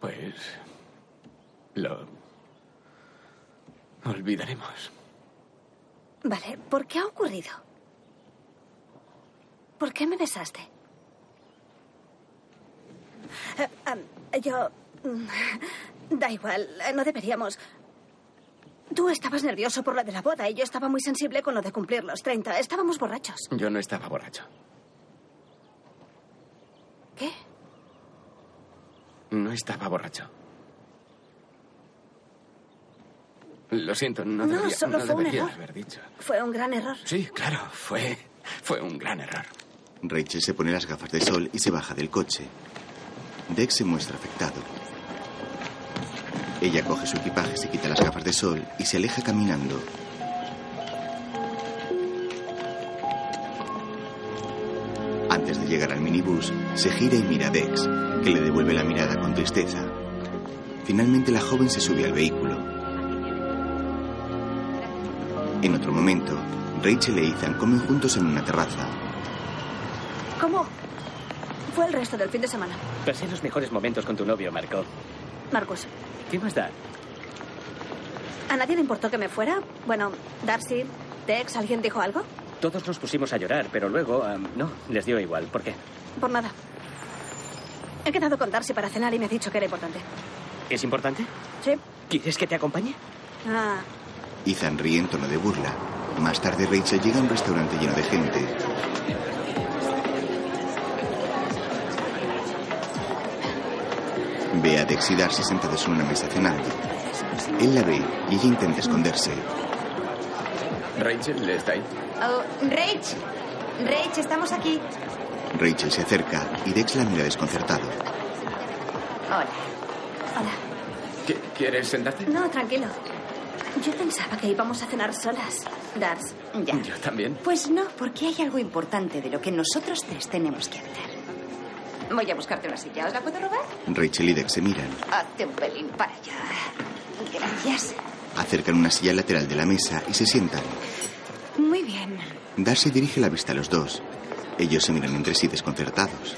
F: Pues... Lo... Olvidaremos.
E: Vale, ¿por qué ha ocurrido? ¿Por qué me besaste? Eh, am, yo... mm, Da igual, eh, no deberíamos... Tú estabas nervioso por lo de la boda y yo estaba muy sensible con lo de cumplir los 30. Estábamos borrachos.
F: Yo no estaba borracho.
E: ¿Qué?
F: No estaba borracho. Lo siento, no,
E: No,
F: debería,
E: solo
F: no
E: fue un
F: debería
E: error.
F: haber dicho.
E: Fue un gran error.
F: Sí, claro, fue, fue un gran error.
C: Rachel se pone las gafas de sol y se baja del coche. Dex se muestra afectado. Ella coge su equipaje, se quita las gafas de sol y se aleja caminando. Antes de llegar al minibús, se gira y mira a Dex, que le devuelve la mirada con tristeza. Finalmente la joven se sube al vehículo. En otro momento, Rachel e Ethan comen juntos en una terraza.
E: ¿Cómo fue el resto del fin de semana?
D: Pasé los mejores momentos con tu novio, Marco.
E: Marcus,
D: ¿Qué más da?
E: ¿a nadie le importó que me fuera? Bueno, Darcy, Tex, ¿alguien dijo algo?
D: Todos nos pusimos a llorar, pero luego... am, no, les dio igual. ¿Por qué?
E: Por nada. He quedado con Darcy para cenar y me ha dicho que era importante.
D: ¿Es importante?
E: ¿Sí?
D: ¿Quieres que te acompañe?
E: Ah,
C: Ethan ríe en tono de burla. Más tarde Rachel llega a un restaurante lleno de gente. Ve a Dex y Darcy sentados en una mesa cenando. Él la ve y ella intenta esconderse.
F: Rachel está ahí.
B: Oh, Rach. Rach, estamos aquí.
C: Rachel se acerca y Dex la mira desconcertado.
B: Hola.
E: hola.
F: ¿Qui- ¿Quieres sentarte?
E: No, tranquilo. Yo pensaba que íbamos a cenar solas, Darcy.
B: Ya.
F: Yo también.
A: Pues no, porque hay algo importante de lo que nosotros tres tenemos que hacer.
B: Voy a buscarte una silla. ¿Os la puedo robar?
C: Rachel y Dex se miran.
B: Hazte un pelín para allá. Gracias.
C: Acercan una silla lateral de la mesa y se sientan.
B: Muy bien.
C: Darcy dirige la vista a los dos. Ellos se miran entre sí desconcertados.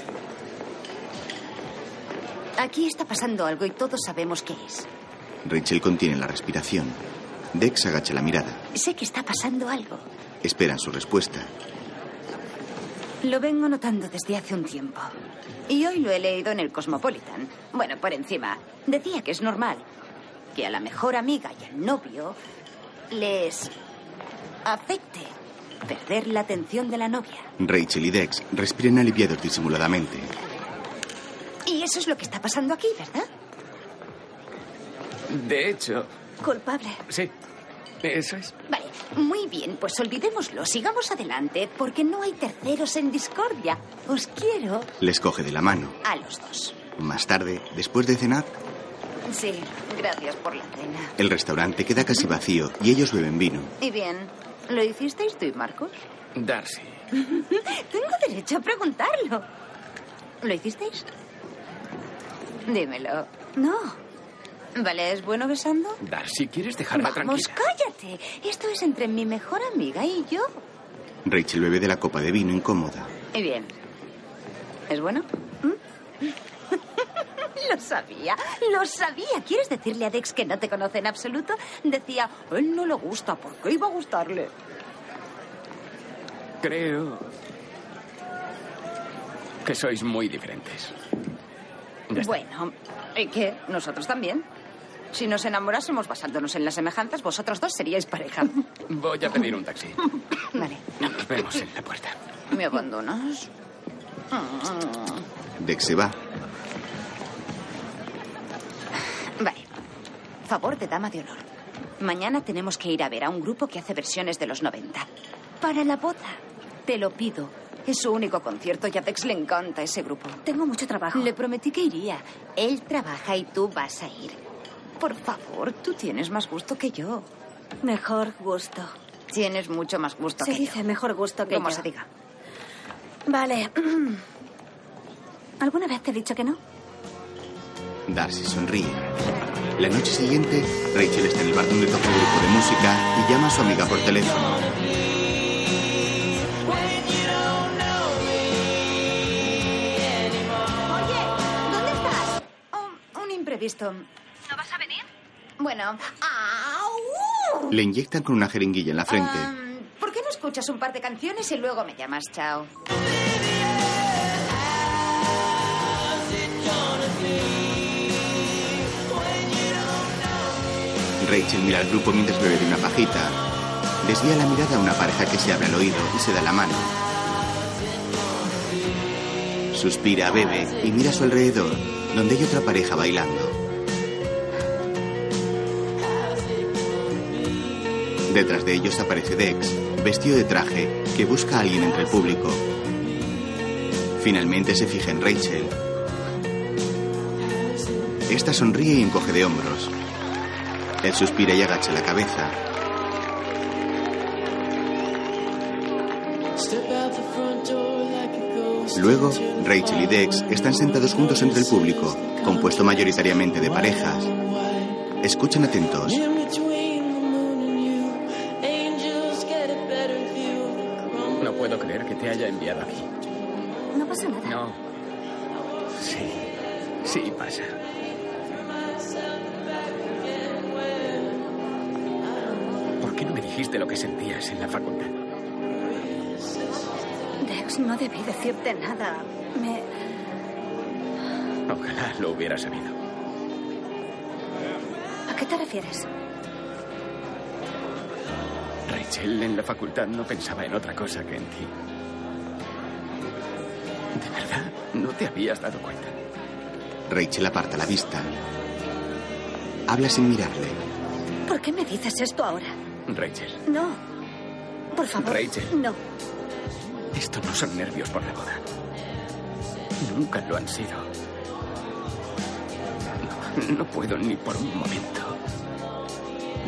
A: Aquí está pasando algo y todos sabemos qué es.
C: Rachel contiene la respiración. Dex agacha la mirada.
A: Sé que está pasando algo.
C: Esperan su respuesta.
A: Lo vengo notando desde hace un tiempo.
B: Y hoy lo he leído en el Cosmopolitan. Bueno, por encima. Decía que es normal que a la mejor amiga y al novio les
A: afecte perder la atención de la novia.
C: Rachel y Dex respiran aliviados disimuladamente.
A: Y eso es lo que está pasando aquí, ¿verdad?
F: De hecho,
E: Culpable.
F: sí. Eso es.
A: Vale, muy bien, pues olvidémoslo, sigamos adelante, porque no hay terceros en discordia. Os quiero
C: Les coge de la mano.
A: a los dos.
C: Más tarde, después de cenar,
A: Sí, gracias por la cena.
C: el restaurante queda casi vacío y ellos beben vino.
A: Y bien, ¿lo hicisteis tú y Marcos?
F: Darcy.
A: Tengo derecho a preguntarlo. ¿Lo hicisteis? Dímelo.
E: No.
A: Vale, ¿es bueno besando?
F: Darcy, ¿quieres dejarme
A: Vamos,
F: tranquila?
A: cállate. Esto es entre mi mejor amiga y yo.
C: Rachel bebe de la copa de vino incómoda.
A: Y bien. ¿Es bueno? ¿Mm? lo sabía, lo sabía. ¿Quieres decirle a Dex que no te conoce en absoluto? Decía, él no le gusta, ¿por qué iba a gustarle?
F: Creo que sois muy diferentes. Ya está.
A: Bueno, ¿y qué? Nosotros también. Si nos enamorásemos basándonos en las semejanzas, vosotros dos seríais pareja.
F: Voy a pedir un taxi.
A: Vale,
F: Nos vemos en la puerta.
A: ¿me abandonas?
C: Dex se va.
A: Vale. Favor de dama de honor. Mañana tenemos que ir a ver a un grupo que hace versiones de los 90. Para la boda. Te lo pido. Es su único concierto y a Dex le encanta ese grupo.
E: Tengo mucho trabajo.
A: Le prometí que iría. Él trabaja y tú vas a ir. Por favor, tú tienes más gusto que yo.
E: Mejor gusto.
A: Tienes mucho más gusto
E: Se
A: que
E: dice
A: yo.
E: mejor gusto que
A: Como
E: yo.
A: se diga.
E: Vale. ¿Alguna vez te he dicho que no?
C: Darcy sonríe. La noche siguiente, Rachel está en el bar donde toca un grupo de música y llama a su amiga por teléfono.
A: Oye, ¿dónde estás? Oh, un imprevisto. ¿No vas a venir? Bueno. ¡Au!
C: Le inyectan con una jeringuilla en la frente.
A: Am, ¿Por qué no escuchas un par de canciones y luego me llamas? Chao.
C: Rachel mira al grupo mientras bebe de una pajita. Desvía la mirada a una pareja que se abre el oído y se da la mano. Suspira, bebe y mira a su alrededor, donde hay otra pareja bailando. Detrás de ellos aparece Dex, vestido de traje, que busca a alguien entre el público. Finalmente se fija en Rachel. Esta sonríe y encoge de hombros. Él suspira y agacha la cabeza. Luego, Rachel y Dex están sentados juntos entre el público, compuesto mayoritariamente de parejas. Escuchan atentos.
F: No puedo creer que te haya enviado aquí.
E: No pasa nada.
F: No. Sí. Sí pasa. ¿Por qué no me dijiste lo que sentías en la facultad?
E: Dex, no debí decirte nada. Me...
F: Ojalá lo hubiera sabido.
E: ¿A qué te refieres?
F: Rachel, en la facultad no pensaba en otra cosa que en ti. De verdad, no te habías dado cuenta.
C: Rachel aparta la vista. Habla sin mirarle.
E: ¿Por qué me dices esto ahora?
F: Rachel,
E: No. Por favor.
F: Rachel.
E: No.
F: esto no son nervios por la boda. Nunca lo han sido. No, no puedo ni por un momento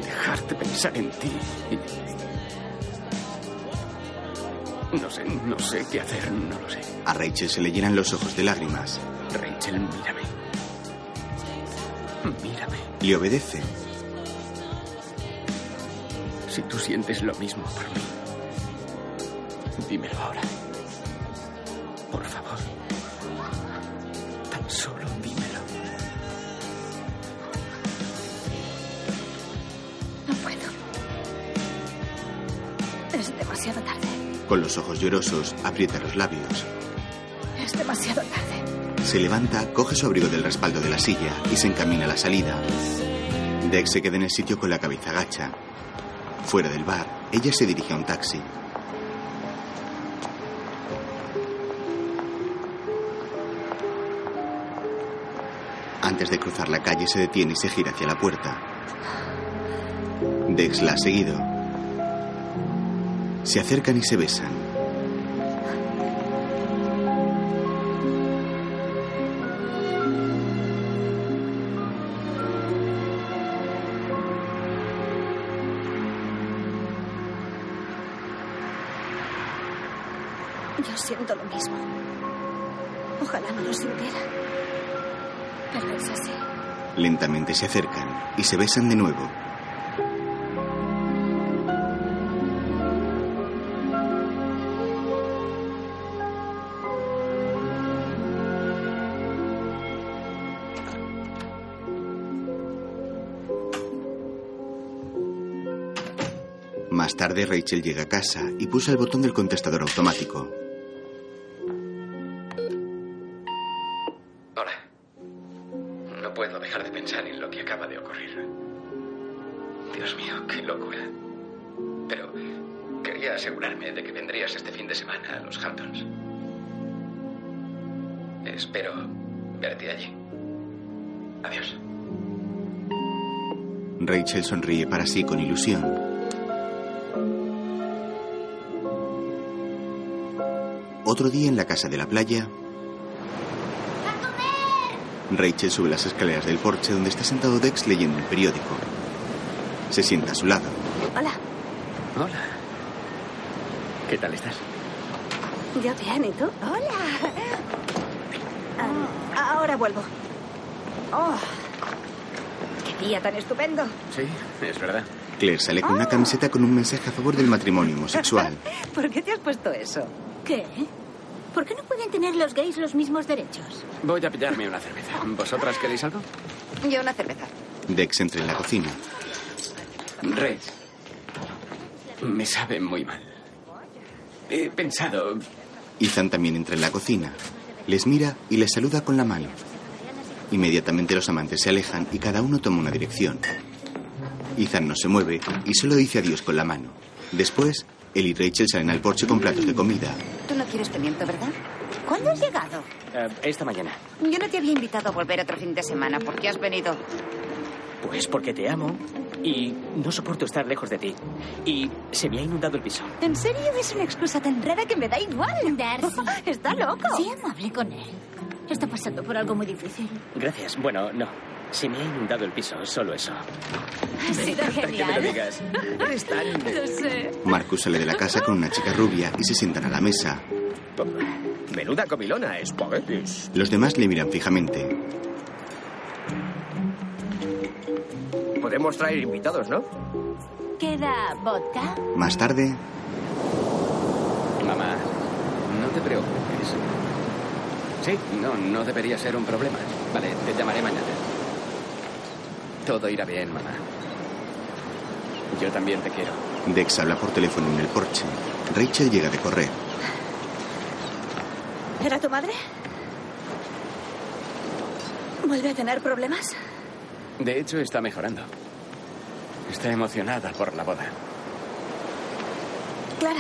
F: dejarte pensar en ti. No sé, no sé qué hacer, no lo sé.
C: A Rachel se le llenan los ojos de lágrimas.
F: Rachel, mírame. Mírame.
C: Le obedece.
F: Si tú sientes lo mismo por mí, dímelo ahora. Por favor. Tan solo dímelo.
E: No puedo. Es demasiado tarde.
C: Con los ojos llorosos, aprieta los labios.
E: Es demasiado tarde.
C: Se levanta, coge su abrigo del respaldo de la silla y se encamina a la salida. Dex se queda en el sitio con la cabeza gacha. Fuera del bar, Ella se dirige a un taxi. Antes de cruzar la calle se detiene y se gira hacia la puerta. Dex la ha seguido. Se acercan y se besan.
E: Yo siento lo mismo. Ojalá no lo sintiera. Pero es así.
C: Lentamente se acercan y se besan de nuevo. Más tarde Rachel llega a casa y pulsa el botón del contestador automático.
D: Hola. No puedo dejar de pensar en lo que acaba de ocurrir. Dios mío, qué locura. Pero quería asegurarme de que vendrías este fin de semana a los Hamptons. Espero verte allí. Adiós.
C: Rachel sonríe para sí con ilusión. Otro día en la casa de la playa. Rachel sube las escaleras del porche donde está sentado Dex leyendo el periódico. Se sienta a su lado.
E: Hola,
D: Hola. ¿Qué tal estás?
E: yo bien, ¿y tú?
B: Hola.
E: Ah, ahora vuelvo.
B: Oh, qué día tan estupendo.
D: Sí, es verdad.
C: Claire sale con una camiseta con un mensaje a favor del matrimonio homosexual.
A: ¿Por qué te has puesto eso?
B: ¿Qué? ¿Por qué no pueden tener los gays los mismos derechos?
F: Voy a pillarme una cerveza. ¿Vosotras queréis algo?
B: Yo una cerveza.
C: Dex entra en la cocina.
F: Red. Me sabe muy mal. He pensado.
C: Ethan también entra en la cocina. Les mira y les saluda con la mano. Inmediatamente los amantes se alejan y cada uno toma una dirección. Ethan no se mueve y solo dice adiós con la mano. Después, él y Rachel salen al porche con platos de comida.
A: Tú no quieres pimiento, ¿verdad?
B: ¿Cuándo has llegado?
D: esta mañana.
A: Yo no te había invitado a volver otro fin de semana. ¿Por qué has venido?
D: Pues porque te amo y no soporto estar lejos de ti. Y se me ha inundado el piso.
A: ¿En serio? Es una excusa tan rara que me da igual.
B: Darcy.
A: Está loco.
B: Sí, hablé con él. Está pasando por algo muy difícil.
D: Gracias. Bueno, no. Se me ha inundado el piso, solo eso.
B: Ha
F: Que
B: sido
F: me lo
B: genial.
F: digas. Eres tan.
C: Marcus sale de la casa con una chica rubia y se sientan a la mesa.
F: Pues, Menuda comilona, espaguetis.
C: Los demás le miran fijamente.
I: Podemos traer invitados, ¿no?
B: Queda vodka.
C: Más tarde,
F: Mamá, no te preocupes. Sí, no, no debería ser un problema. Vale, te llamaré mañana. Todo irá bien, mamá. Yo también te quiero.
C: Dex habla por teléfono en el porche. Rachel llega de correr.
E: ¿Era tu madre? ¿Vuelve a tener problemas?
F: De hecho, está mejorando. Está emocionada por la boda.
E: Claro.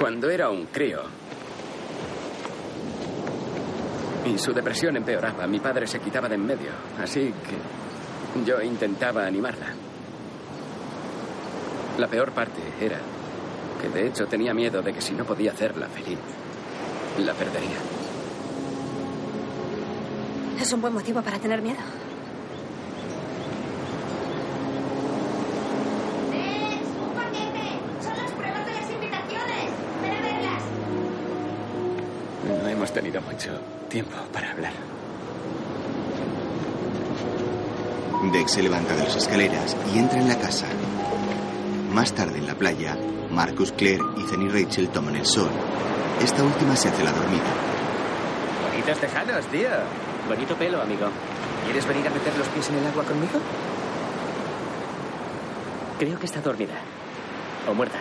F: Cuando era un crío. Y su depresión empeoraba. Mi padre se quitaba de en medio. Así que yo intentaba animarla. La peor parte era que de hecho tenía miedo de que si no podía hacerla feliz, la perdería.
E: Es un buen motivo para tener miedo.
F: No hemos tenido mucho tiempo para hablar.
C: Dex se levanta de las escaleras y entra en la casa. Más tarde en la playa, Marcus, Claire, Ethan y Rachel toman el sol. Esta última se hace la dormida.
F: Bonitos tejanos, tío.
D: Bonito pelo, amigo.
F: ¿Quieres venir a meter los pies en el agua conmigo?
D: Creo que está dormida. O muerta.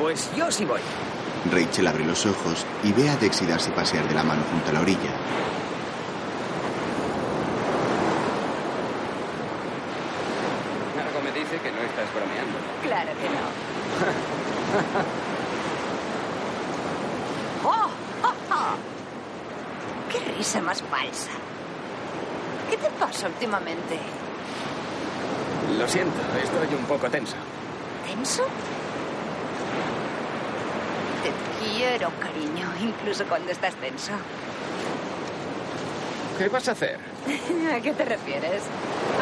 F: Pues yo sí voy.
C: Rachel abre los ojos y ve a Dex y darse pasear de la mano junto a la orilla.
F: estás bromeando.
B: Claro que no. ¡Oh! ¡Oh! ¡Oh! ¡Qué risa más falsa! ¿Qué te pasa últimamente?
F: Lo siento, estoy un poco tenso.
B: ¿Tenso? Te quiero, cariño, incluso cuando estás tenso.
F: ¿Qué vas a hacer?
B: ¿A qué te refieres?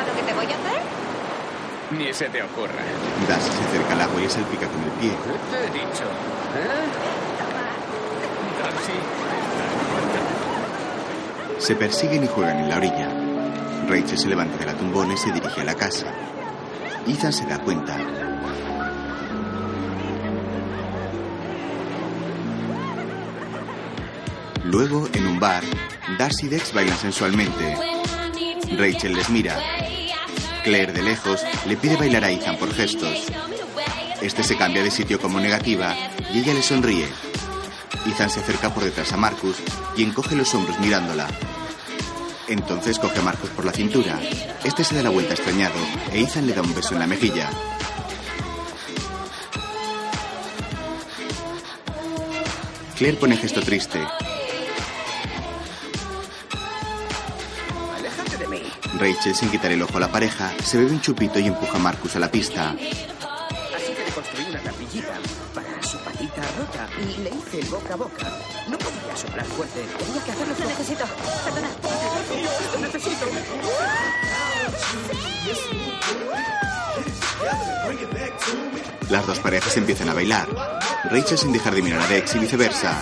B: ¿A lo que te voy a hacer?
F: Ni se te ocurra.
C: Das se acerca al agua y le salpica con el pie.
F: ¿Qué te he dicho? ¿Eh? Taxi.
C: Se persiguen y juegan en la orilla. Rachel se levanta de la tumbona y se dirige a la casa. Ethan se da cuenta. Luego, en un bar, Darcy y Dex bailan sensualmente. Rachel les mira. Claire, de lejos, le pide bailar a Ethan por gestos. Este se cambia de sitio como negativa y ella le sonríe. Ethan se acerca por detrás a Marcus y encoge los hombros mirándola. Entonces coge a Marcus por la cintura. Este se da la vuelta extrañado e Ethan le da un beso en la mejilla. Claire pone gesto triste.
F: Aléjate de mí.
C: Rachel, sin quitar el ojo a la pareja, se bebe un chupito y empuja a Marcus a la pista.
F: Así que le construí una capillita para su patita rota y le hice el boca a boca. No podía soplar fuerte, tenía que hacerlo
E: Lo necesito. Perdona.
F: Lo necesito.
C: Las dos parejas empiezan a bailar. Rachel sin dejar de mirar a Dex y viceversa.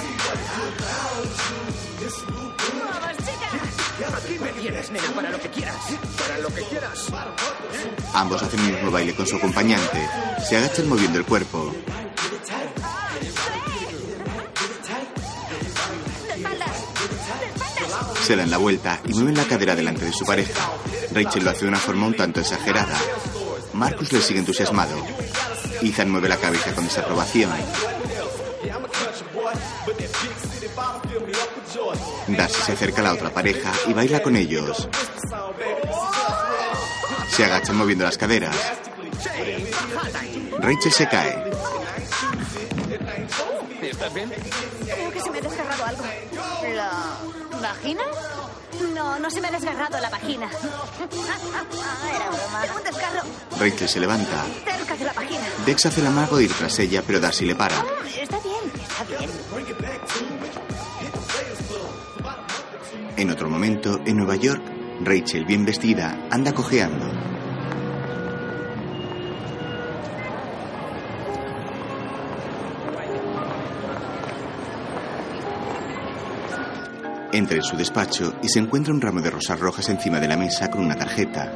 F: Aquí me tienes, nena, para lo que quieras. Para lo que quieras.
C: Ambos hacen el mismo baile con su acompañante. Se agachan moviendo el cuerpo. Se dan la vuelta y mueven la cadera delante de su pareja. Rachel lo hace de una forma un tanto exagerada. Marcus le sigue entusiasmado. Ethan mueve la cabeza con desaprobación. Darcy se acerca a la otra pareja y baila con ellos. Se agachan moviendo las caderas. Rachel se cae.
F: ¿Estás bien?
E: Creo que se me ha desgarrado algo.
B: ¿La vagina?
E: No, no se me ha desgarrado la vagina.
A: Ah,
E: Era broma. Tengo un desgarro
C: Rachel se levanta.
E: cerca de la vagina.
C: Dex hace el amago de ir tras ella, pero Darcy le para.
B: Está bien, está bien.
C: En otro momento, en Nueva York, Rachel, bien vestida, anda cojeando. Entra en su despacho y se encuentra un ramo de rosas rojas encima de la mesa con una tarjeta.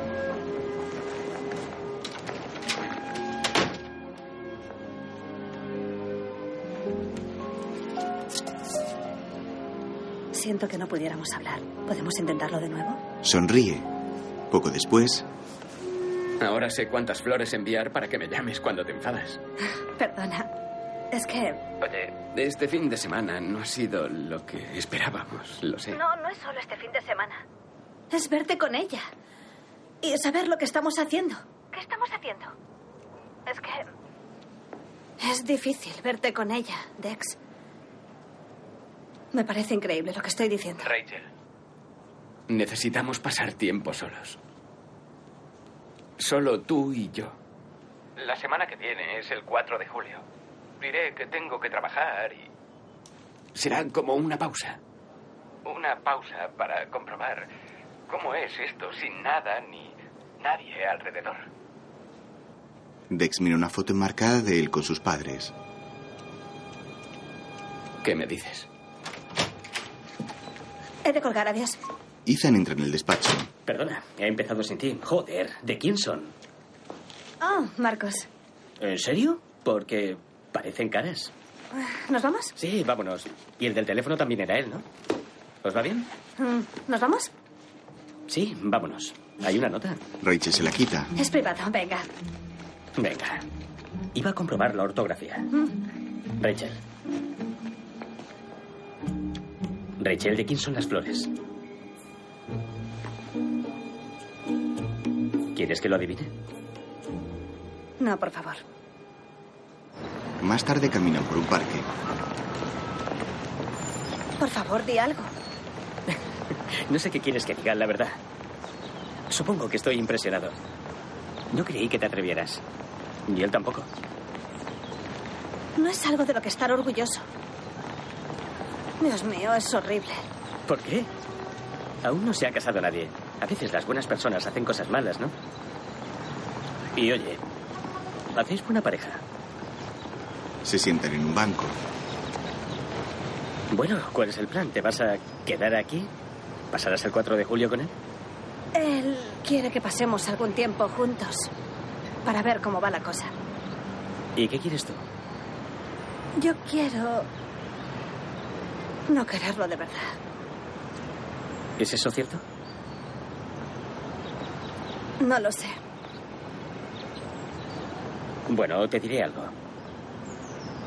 E: Siento que no pudiéramos hablar. ¿Podemos intentarlo de nuevo?
C: Sonríe. Poco después,
F: Ahora sé cuántas flores enviar para que me llames cuando te enfadas.
E: Perdona. Es que...
F: Oye, este fin de semana no ha sido lo que esperábamos, lo sé.
E: No, no es solo este fin de semana. Es verte con ella. Y saber lo que estamos haciendo. ¿Qué estamos haciendo? Es que... Es difícil verte con ella, Dex. Me parece increíble lo que estoy diciendo.
F: Necesitamos pasar tiempo solos. Solo tú y yo.
K: La semana que viene es el 4 de julio. Diré que tengo que trabajar y
F: Será como una pausa.
K: una pausa para comprobar cómo es esto sin nada ni nadie alrededor.
C: Dex mira una foto enmarcada de él con sus padres.
F: ¿Qué me dices?
E: He de colgar, adiós.
C: Ethan entra en el despacho.
D: Perdona, he empezado sin ti. Joder, ¿de quién son?
E: Oh, Marcos.
D: ¿En serio? Porque parecen caras.
E: ¿Nos vamos?
D: Sí, vámonos. Y el del teléfono también era él, ¿no? ¿Os va bien?
E: Mm, ¿Nos vamos?
D: Sí, vámonos. ¿Hay una nota?
C: Rachel se la quita.
E: Es privado, venga.
D: Venga. Iba a comprobar la ortografía. Rachel. Rachel, ¿de quién son las flores? ¿Quieres que lo adivine?
A: No, por favor.
C: Más tarde caminan por un parque.
E: Por favor, di algo.
D: No sé qué quieres que diga, la verdad. Supongo que estoy impresionado. No creí que te atrevieras. Y él tampoco.
E: No es algo de lo que estar orgulloso. Dios mío, es horrible.
D: ¿Por qué? Aún no se ha casado nadie. A veces las buenas personas hacen cosas malas, ¿no? Y oye, hacéis buena pareja.
C: Se sientan en un banco.
D: Bueno, ¿cuál es el plan? ¿Te vas a quedar aquí? ¿Pasarás el 4 de julio con él?
E: Él quiere que pasemos algún tiempo juntos para ver cómo va la cosa.
D: ¿Y qué quieres tú?
E: Yo quiero no quererlo de verdad.
D: ¿Es eso cierto?
E: No lo sé.
D: Bueno, te diré algo.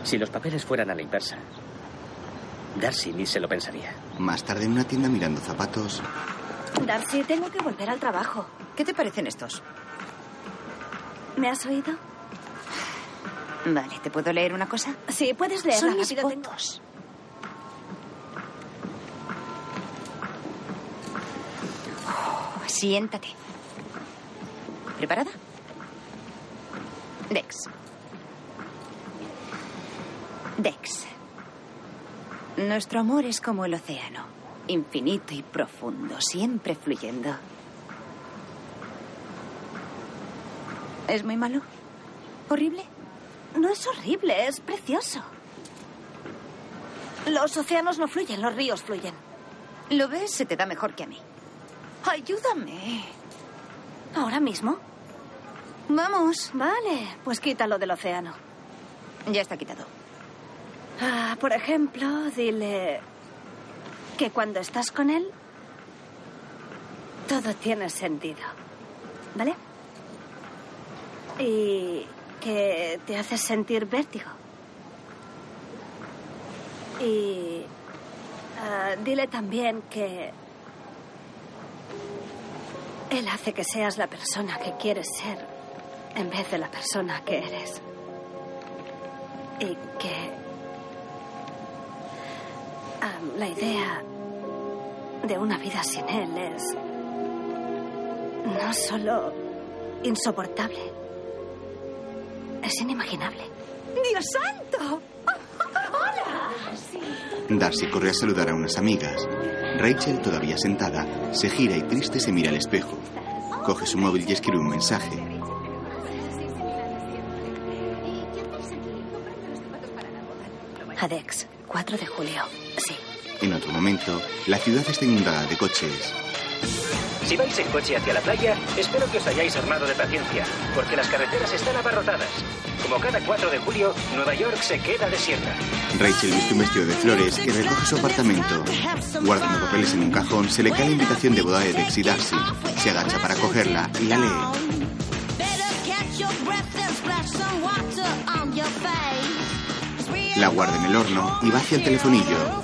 D: Si los papeles fueran a la inversa, Darcy ni se lo pensaría.
C: Más tarde en una tienda mirando zapatos.
E: Darcy, tengo que volver al trabajo.
B: ¿Qué te parecen estos?
E: ¿Me has oído?
A: Vale, ¿te puedo leer una cosa?
E: Sí, puedes leer.
A: Son mis fotos. Oh, Siéntate. ¿Preparada? Dex. Dex. Nuestro amor es como el océano, infinito y profundo, siempre fluyendo. ¿Es muy malo? ¿Horrible?
E: No es horrible, es precioso. Los océanos no fluyen, los ríos fluyen.
A: ¿Lo ves? Se te da mejor que a mí.
E: Ayúdame. ¿Ahora mismo?
A: Vamos.
E: Vale, pues quítalo del océano.
A: Ya está quitado.
E: Ah, por ejemplo, dile que cuando estás con él, todo tiene sentido. ¿Vale? Y que te hace sentir vértigo. Y ah, dile también que él hace que seas la persona que quieres ser en vez de la persona que eres. Y que ah, la idea de una vida sin él es no solo insoportable, es inimaginable.
B: ¡Dios santo! ¡Hola!
C: Darcy corre a saludar a unas amigas. Rachel, todavía sentada, se gira y triste se mira al espejo. Coge su móvil y escribe un mensaje.
A: Adex, 4 de julio. Sí.
C: En otro momento, la ciudad está inundada de coches.
L: Si vais en coche hacia la playa, espero que os hayáis armado de paciencia, porque las carreteras están abarrotadas. Como cada 4 de julio, Nueva York se queda desierta.
C: Rachel viste un vestido de flores y recoge su apartamento. Guardando papeles en un cajón, se le cae la invitación de boda de Dex y Darcy. Se agacha para cogerla y la lee. La guarda en el horno y va hacia el telefonillo.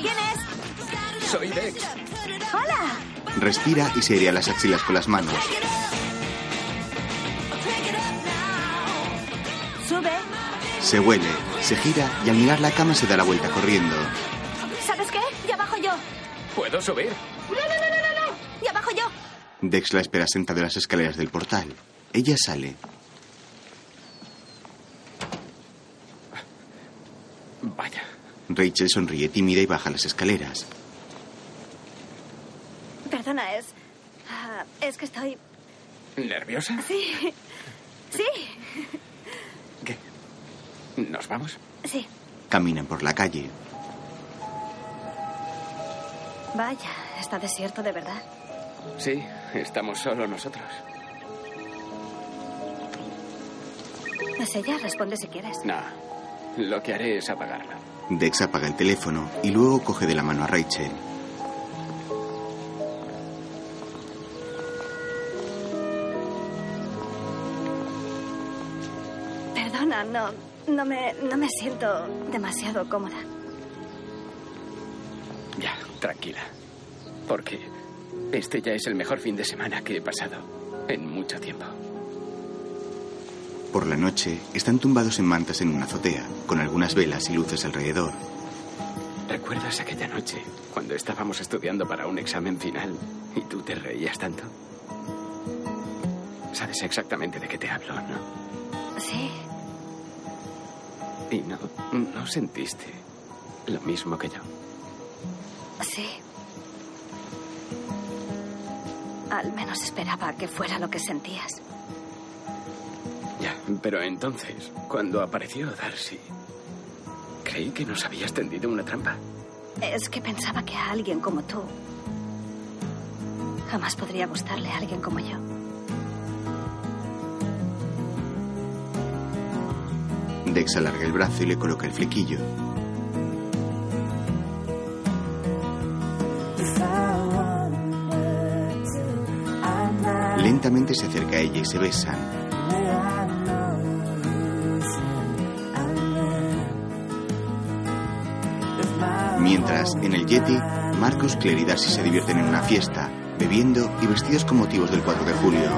B: ¿Quién es?
J: Soy Dex.
B: ¡Hola!
C: Respira y se iría las axilas con las manos.
B: Sube.
C: Se huele, se gira y al mirar la cama se da la vuelta corriendo.
B: ¿Sabes qué? Ya bajo yo.
F: ¿Puedo subir?
B: No, no, no, no, no, no. Ya bajo yo.
C: Dex la espera sentada en las escaleras del portal. Ella sale.
F: Vaya.
C: Rachel sonríe tímida y baja las escaleras.
E: Perdona, es. ah, es que estoy.
F: ¿Nerviosa?
E: Sí. Sí.
F: ¿Qué? ¿Nos vamos?
E: Sí.
C: Caminan por la calle.
E: Vaya, está desierto de verdad.
F: Sí, estamos solo nosotros.
E: Es ella, responde si quieres.
F: No, lo que haré es apagarla.
C: Dex apaga el teléfono y luego coge de la mano a Rachel.
E: Perdona, no. No me, no me siento demasiado cómoda.
F: Ya, tranquila. Porque este ya es el mejor fin de semana que he pasado en mucho tiempo.
C: Por la noche, están tumbados en mantas en una azotea, con algunas velas y luces alrededor.
F: ¿Recuerdas aquella noche cuando estábamos estudiando para un examen final y tú te reías tanto? Sabes exactamente de qué te hablo, ¿no?
E: Sí.
F: Y no, no sentiste lo mismo que yo.
E: Sí. Al menos esperaba que fuera lo que sentías.
F: Ya, pero entonces, cuando apareció Darcy, creí que nos habías tendido una trampa.
E: Es que pensaba que a alguien como tú jamás podría gustarle a alguien como yo.
C: Dex alarga el brazo y le coloca el flequillo. Lentamente se acerca a ella y se besan. Mientras, en el Yeti, Marcus, Claire y Darcy se divierten en una fiesta, bebiendo y vestidos con motivos del 4 de julio.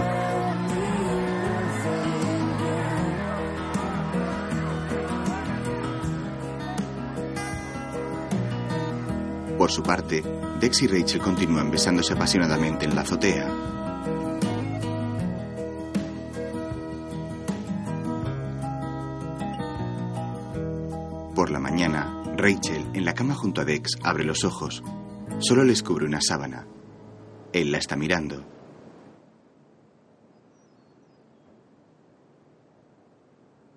C: Por su parte, Dex y Rachel continúan besándose apasionadamente en la azotea. Por la mañana, Rachel, en la cama junto a Dex, abre los ojos. Solo les cubre una sábana. Él la está mirando.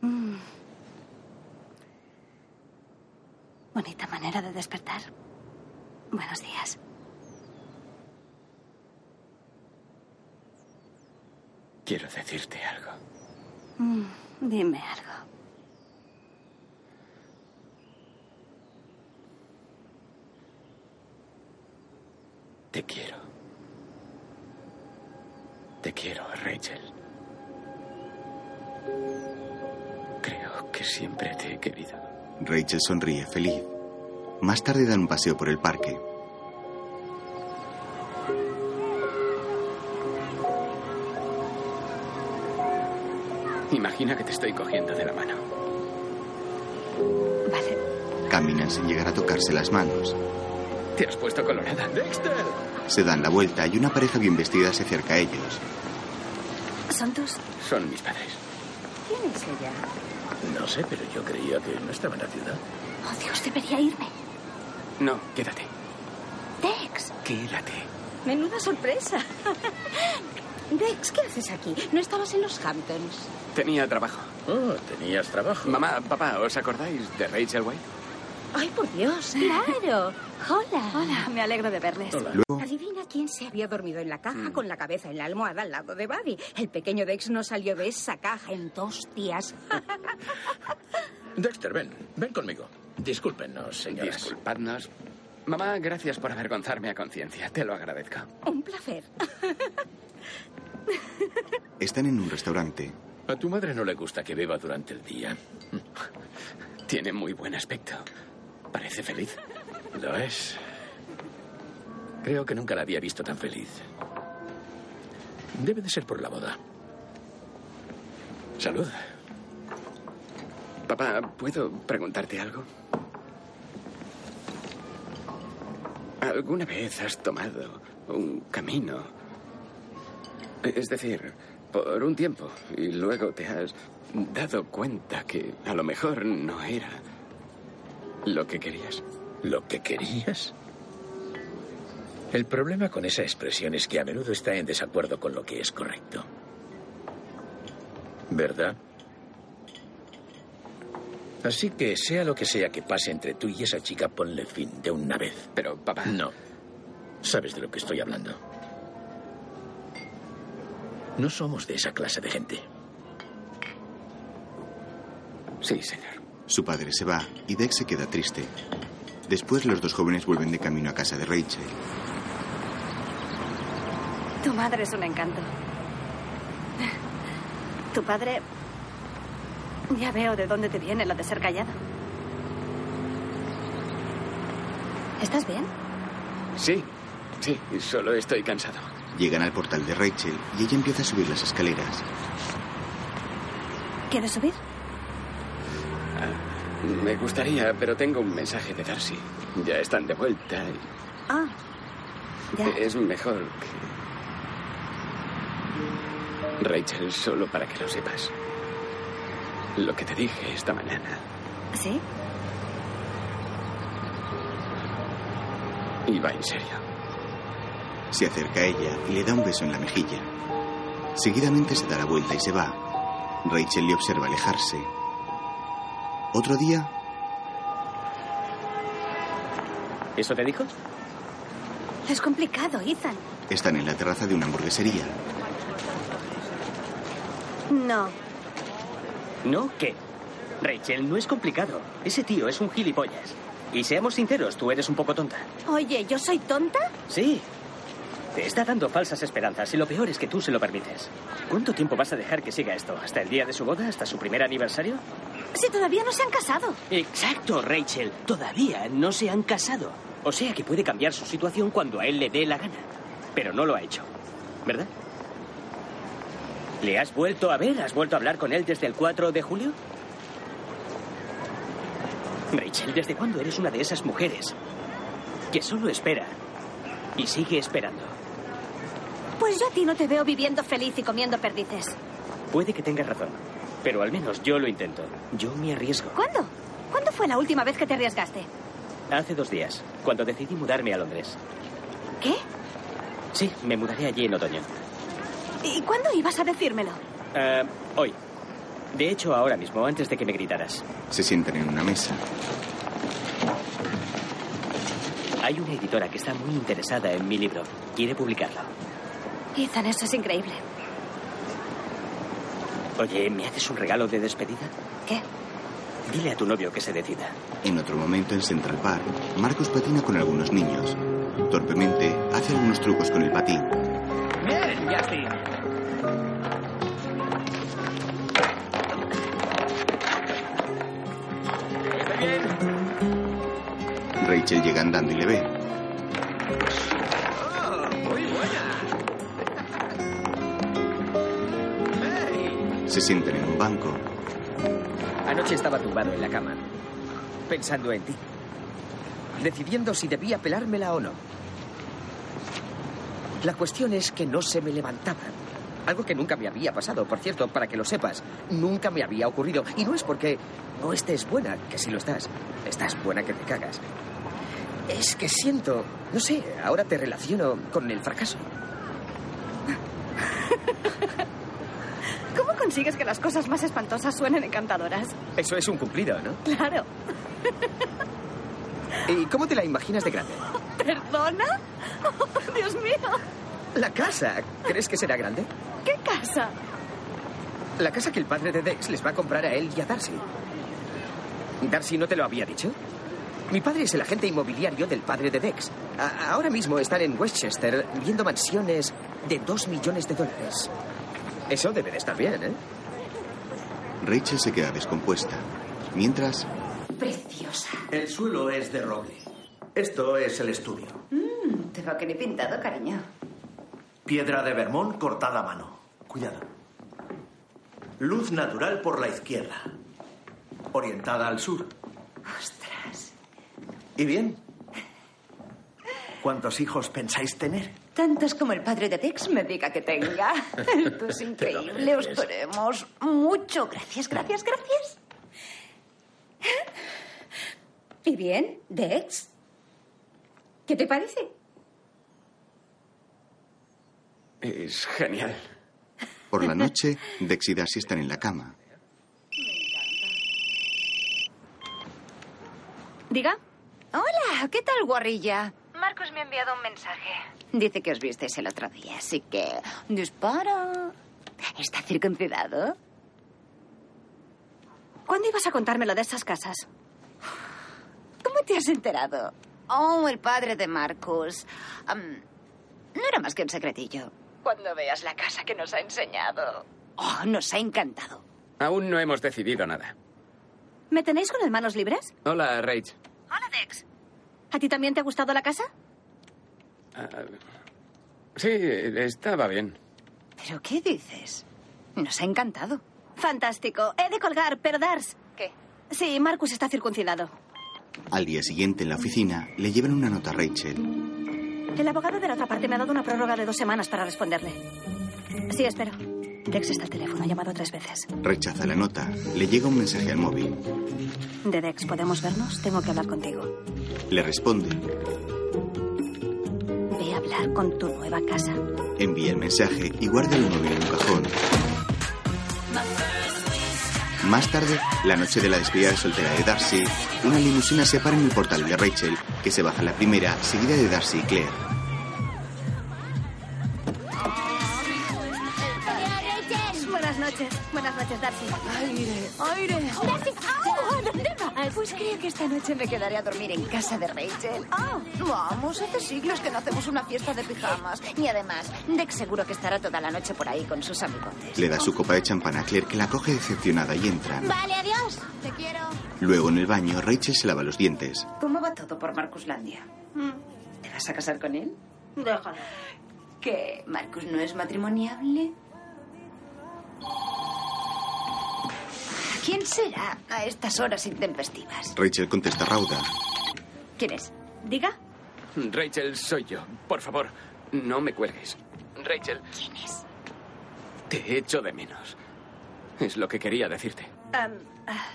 E: Mm. Bonita manera de despertar. Buenos días.
F: Quiero decirte algo.
E: Mm, Dime algo.
F: Te quiero. Te quiero, Rachel. Creo que siempre te he querido.
C: Rachel sonríe feliz. Más tarde dan un paseo por el parque.
F: Imagina que te estoy cogiendo de la mano.
C: Caminan sin llegar a tocarse las manos.
F: Te has puesto colorada. Dexter.
C: Se dan la vuelta y una pareja bien vestida se acerca a ellos.
E: ¿Son tus?
F: Son mis padres.
A: ¿Quién es ella?
M: No sé, pero yo creía que no estaba en la ciudad.
E: Oh, Dios, debería irme.
F: No, quédate.
E: Dex.
F: Quédate.
N: Menuda sorpresa. Dex, ¿qué haces aquí? ¿No estabas en los Hamptons?
F: Tenía trabajo.
M: Oh, tenías trabajo.
F: Mamá, papá, ¿os acordáis de Rachel White?
N: ¡Ay, por Dios!
E: ¡Claro! ¡Hola! Hola, me alegro de verles.
N: Adivina quién se había dormido en la caja con la cabeza en la almohada al lado de Buddy. El pequeño Dex no salió de esa caja en dos días.
M: Dexter, ven. Ven conmigo. Discúlpenos, señoras.
F: Disculpadnos. Mamá, gracias por avergonzarme a conciencia. Te lo agradezco.
N: Un placer.
C: Están en un restaurante.
M: A tu madre no le gusta que beba durante el día.
F: Tiene muy buen aspecto. Parece feliz.
M: Lo es. Creo que nunca la había visto tan feliz. Debe de ser por la boda. Salud.
F: Papá, ¿puedo preguntarte algo? ¿Alguna vez has tomado un camino? Es decir, por un tiempo y luego te has dado cuenta que a lo mejor no era lo que querías.
M: ¿Lo que querías? El problema con esa expresión es que a menudo está en desacuerdo con lo que es correcto. ¿Verdad? Así que sea lo que sea que pase entre tú y esa chica, ponle fin de una vez.
F: Pero, papá.
M: No. Sabes de lo que estoy hablando. No somos de esa clase de gente.
F: Sí, señor.
C: Su padre se va y Dex se queda triste. Después los dos jóvenes vuelven de camino a casa de Rachel.
E: Tu madre es un encanto. Tu padre... Ya veo de dónde te viene lo de ser callado. ¿Estás bien?
F: Sí, sí, solo estoy cansado.
C: Llegan al portal de Rachel y ella empieza a subir las escaleras.
E: ¿Quieres subir?
F: Me gustaría, pero tengo un mensaje de Darcy. Ya están de vuelta y
E: Ah, ya.
F: es mejor que... Rachel, solo para que lo sepas. Lo que te dije esta mañana.
E: ¿Sí?
F: Y va en serio.
C: Se acerca a ella y le da un beso en la mejilla. Seguidamente se da la vuelta y se va. Rachel le observa alejarse. Otro día,
D: ¿Eso te dijo?
E: Es complicado, Ethan.
C: están en la terraza de una hamburguesería.
E: No.
D: ¿No? ¿Qué? Rachel, no es complicado. Ese tío es un gilipollas. Y seamos sinceros, tú eres un poco tonta.
E: Oye, ¿yo soy tonta?
D: Sí. Te está dando falsas esperanzas y lo peor es que tú se lo permites. ¿Cuánto tiempo vas a dejar que siga esto? ¿Hasta el día de su boda? ¿Hasta su primer aniversario?
E: Si todavía no se han casado.
D: Exacto, Rachel. Todavía no se han casado. O sea que puede cambiar su situación cuando a él le dé la gana. Pero no lo ha hecho. ¿Verdad? ¿Le has vuelto a ver? ¿Has vuelto a hablar con él desde el 4 de julio? Rachel, ¿desde cuándo eres una de esas mujeres que solo espera y sigue esperando?
E: Pues yo a ti no te veo viviendo feliz y comiendo perdices.
D: Puede que tengas razón, pero al menos yo lo intento. Yo me arriesgo.
E: ¿Cuándo? ¿Cuándo fue la última vez que te arriesgaste?
D: Hace dos días, cuando decidí mudarme a Londres.
E: ¿Qué?
D: Sí, me mudaré allí en otoño.
E: ¿Y cuándo ibas a decírmelo?
D: Eh, hoy. De hecho, ahora mismo, antes de que me gritaras.
C: Se sientan en una mesa.
D: Hay una editora que está muy interesada en mi libro. Quiere publicarlo.
E: Ethan, eso es increíble.
D: Oye, ¿me haces un regalo de despedida?
E: ¿Qué?
D: Dile a tu novio que se decida.
C: En otro momento, en Central Park, Marcos patina con algunos niños. Torpemente, hace algunos trucos con el patín.
J: Bien, Justin.
C: Rachel llega andando y le ve. Se sientan en un banco.
J: Anoche estaba tumbado en la cama, pensando en ti, decidiendo si debía pelármela o no. La cuestión es que no se me levantaba. Algo que nunca me había pasado, por cierto, para que lo sepas, nunca me había ocurrido. Y no es porque no estés buena, que sí lo estás. Estás buena que te cagas. Es que siento, no sé, ahora te relaciono con el fracaso.
E: ¿Cómo consigues que las cosas más espantosas suenen encantadoras?
J: Eso es un cumplido, ¿no?
E: Claro.
J: ¿Y cómo te la imaginas de grande?
E: ¿Perdona? Oh, Dios mío.
J: La casa, ¿crees que será grande?
E: ¿Qué casa?
J: La casa que el padre de Dex les va a comprar a él y a Darcy. ¿Darcy no te lo había dicho? Mi padre es el agente inmobiliario del padre de Dex. A- ahora mismo están en Westchester viendo mansiones de dos millones de dólares. Eso debe de estar bien, ¿eh?
C: Rachel se queda descompuesta. Mientras,
A: Preciosa.
I: El suelo es de roble. Esto es el estudio.
A: Mm, te veo que ni pintado, cariño.
I: Piedra de Vermont cortada a mano. Cuidado. Luz natural por la izquierda. Orientada al sur.
A: Ostras.
I: ¿Y bien? ¿Cuántos hijos pensáis tener?
A: Tantos como el padre de Dex me diga que tenga. Esto es increíble. Os queremos mucho. Gracias, gracias, gracias.
N: ¿Y bien, Dex? ¿Qué te parece?
F: Es genial.
C: por la noche, Dex y Darcy están en la cama.
B: Diga.
A: Hola, ¿qué tal, guarrilla?
B: Marcos me ha enviado un mensaje.
A: Dice que os visteis el otro día, así que dispara. ¿Está circuncidado?
E: ¿Cuándo ibas a contarme lo de esas casas?
A: ¿Cómo te has enterado? Oh, el padre de Marcus. Am, no era más que un secretillo.
B: Cuando veas la casa que nos ha enseñado.
A: Oh, nos ha encantado.
F: Aún no hemos decidido nada.
E: ¿Me tenéis con las manos libres?
F: Hola, Rach.
E: Hola, Dex. ¿A ti también te ha gustado la casa?
F: Ah, sí, estaba bien.
A: ¿Pero qué dices? Nos ha encantado.
E: Fantástico. He de colgar, pero Dars. ¿Qué? Sí, Marcus está circuncidado.
C: Al día siguiente, en la oficina, le llevan una nota a Rachel.
E: El abogado de la otra parte me ha dado una prórroga de dos semanas para responderle. Sí, espero. Dex está al teléfono, ha llamado tres veces.
C: Rechaza la nota. Le llega un mensaje al móvil.
E: De Dex, ¿podemos vernos? Tengo que hablar contigo.
C: Le responde.
E: Ve a hablar con tu nueva casa.
C: Envía el mensaje y guarda el móvil en un cajón. Más tarde, la noche de la despedida de soltera de Darcy, una limusina se para en el portal de Rachel, que se baja la primera, seguida de Darcy y Claire.
E: Buenas noches. Buenas noches, Darcy. ¡ah!
B: Aire.
E: Aire.
B: Darcy,
E: ¿a dónde vas? Pues creo que esta noche me quedaré a dormir en casa de Rachel.
B: Ah, vamos, hace siglos que no hacemos una fiesta de pijamas. Y además, Dex seguro que estará toda la noche por ahí con sus amigos.
C: Le da su copa de champán a Claire, que la coge decepcionada y entran.
B: Vale, adiós. Te quiero.
C: Luego, en el baño, Rachel se lava los dientes.
A: ¿Cómo va todo por Marcuslandia?
B: Mm.
A: ¿Te vas a casar con él?
E: Déjalo.
A: ¿Que Marcus no es matrimoniable?
B: ¿Quién será a estas horas intempestivas?
C: Rachel contesta rauda.
B: ¿Quién es? Diga.
F: Rachel, soy yo. Por favor, no me cuelgues. Rachel. ¿Quién es? Te echo de menos. Es lo que quería decirte.
E: Am, ah,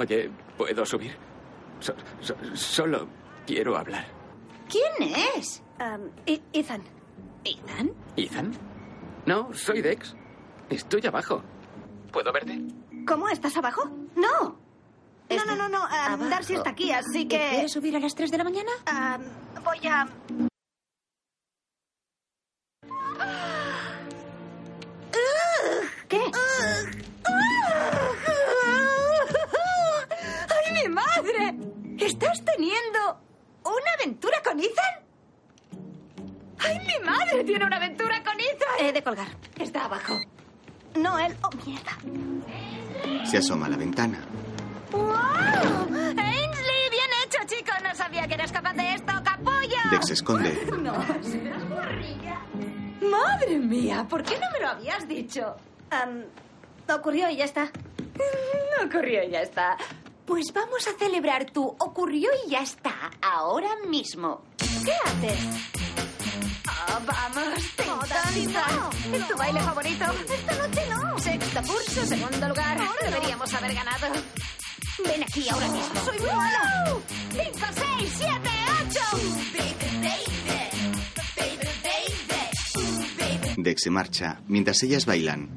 F: Oye, ¿puedo subir? So- so- solo quiero hablar.
E: ¿Quién es? Ethan. ¿Ethan?
F: ¿Ethan? No, soy Dex. Estoy abajo. ¿Puedo verte?
E: ¿Cómo? ¿Estás abajo? ¡No! No, no, no, no. ah, Darcy está aquí, así que... ¿Quieres subir a las 3 de la mañana? voy a...
B: ¿Qué? Ah. ¡Ay, mi madre! ¿Estás teniendo una aventura con Ethan? ¡Ay, mi madre tiene una aventura con Ethan!
E: He de colgar.
B: Está abajo.
E: No, él... ¡Oh, mierda!
C: Se asoma a la ventana.
B: ¡Wow! ¡Ainsley, bien hecho, chico! No sabía que eras capaz de esto, capullo.
C: Dex se esconde.
B: No, serás morrilla. Madre mía, ¿por qué no me lo habías dicho?
E: Am, ocurrió y ya está.
B: Ocurrió y ya está. Pues vamos a celebrar tu ocurrió y ya está, ahora mismo. ¿Qué haces? Ah, vamos,
E: no.
B: ¿Tu baile favorito? Esta noche no. Sexto curso, segundo lugar. Deberíamos haber ganado. Ven aquí ahora mismo. ¡Soy muy mala! ¡Cinco, seis, siete, ocho!
C: Dex se marcha mientras ellas bailan.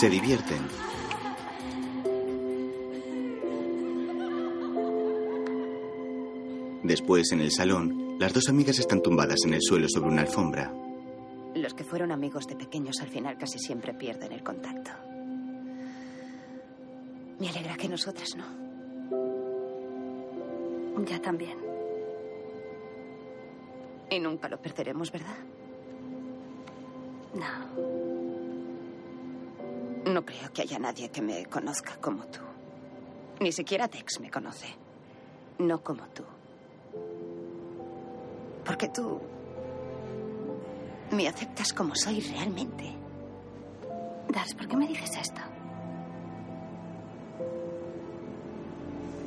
C: Se divierten. Después, en el salón, las dos amigas están tumbadas en el suelo sobre una alfombra.
A: Los que fueron amigos de pequeños al final casi siempre pierden el contacto. Me alegra que nosotras no.
E: Ya también.
A: Y nunca lo perderemos, ¿verdad? No. No creo que haya nadie que me conozca como tú. Ni siquiera Dex me conoce. No como tú. Porque tú me aceptas como soy realmente.
E: Dars, ¿por qué me dices esto?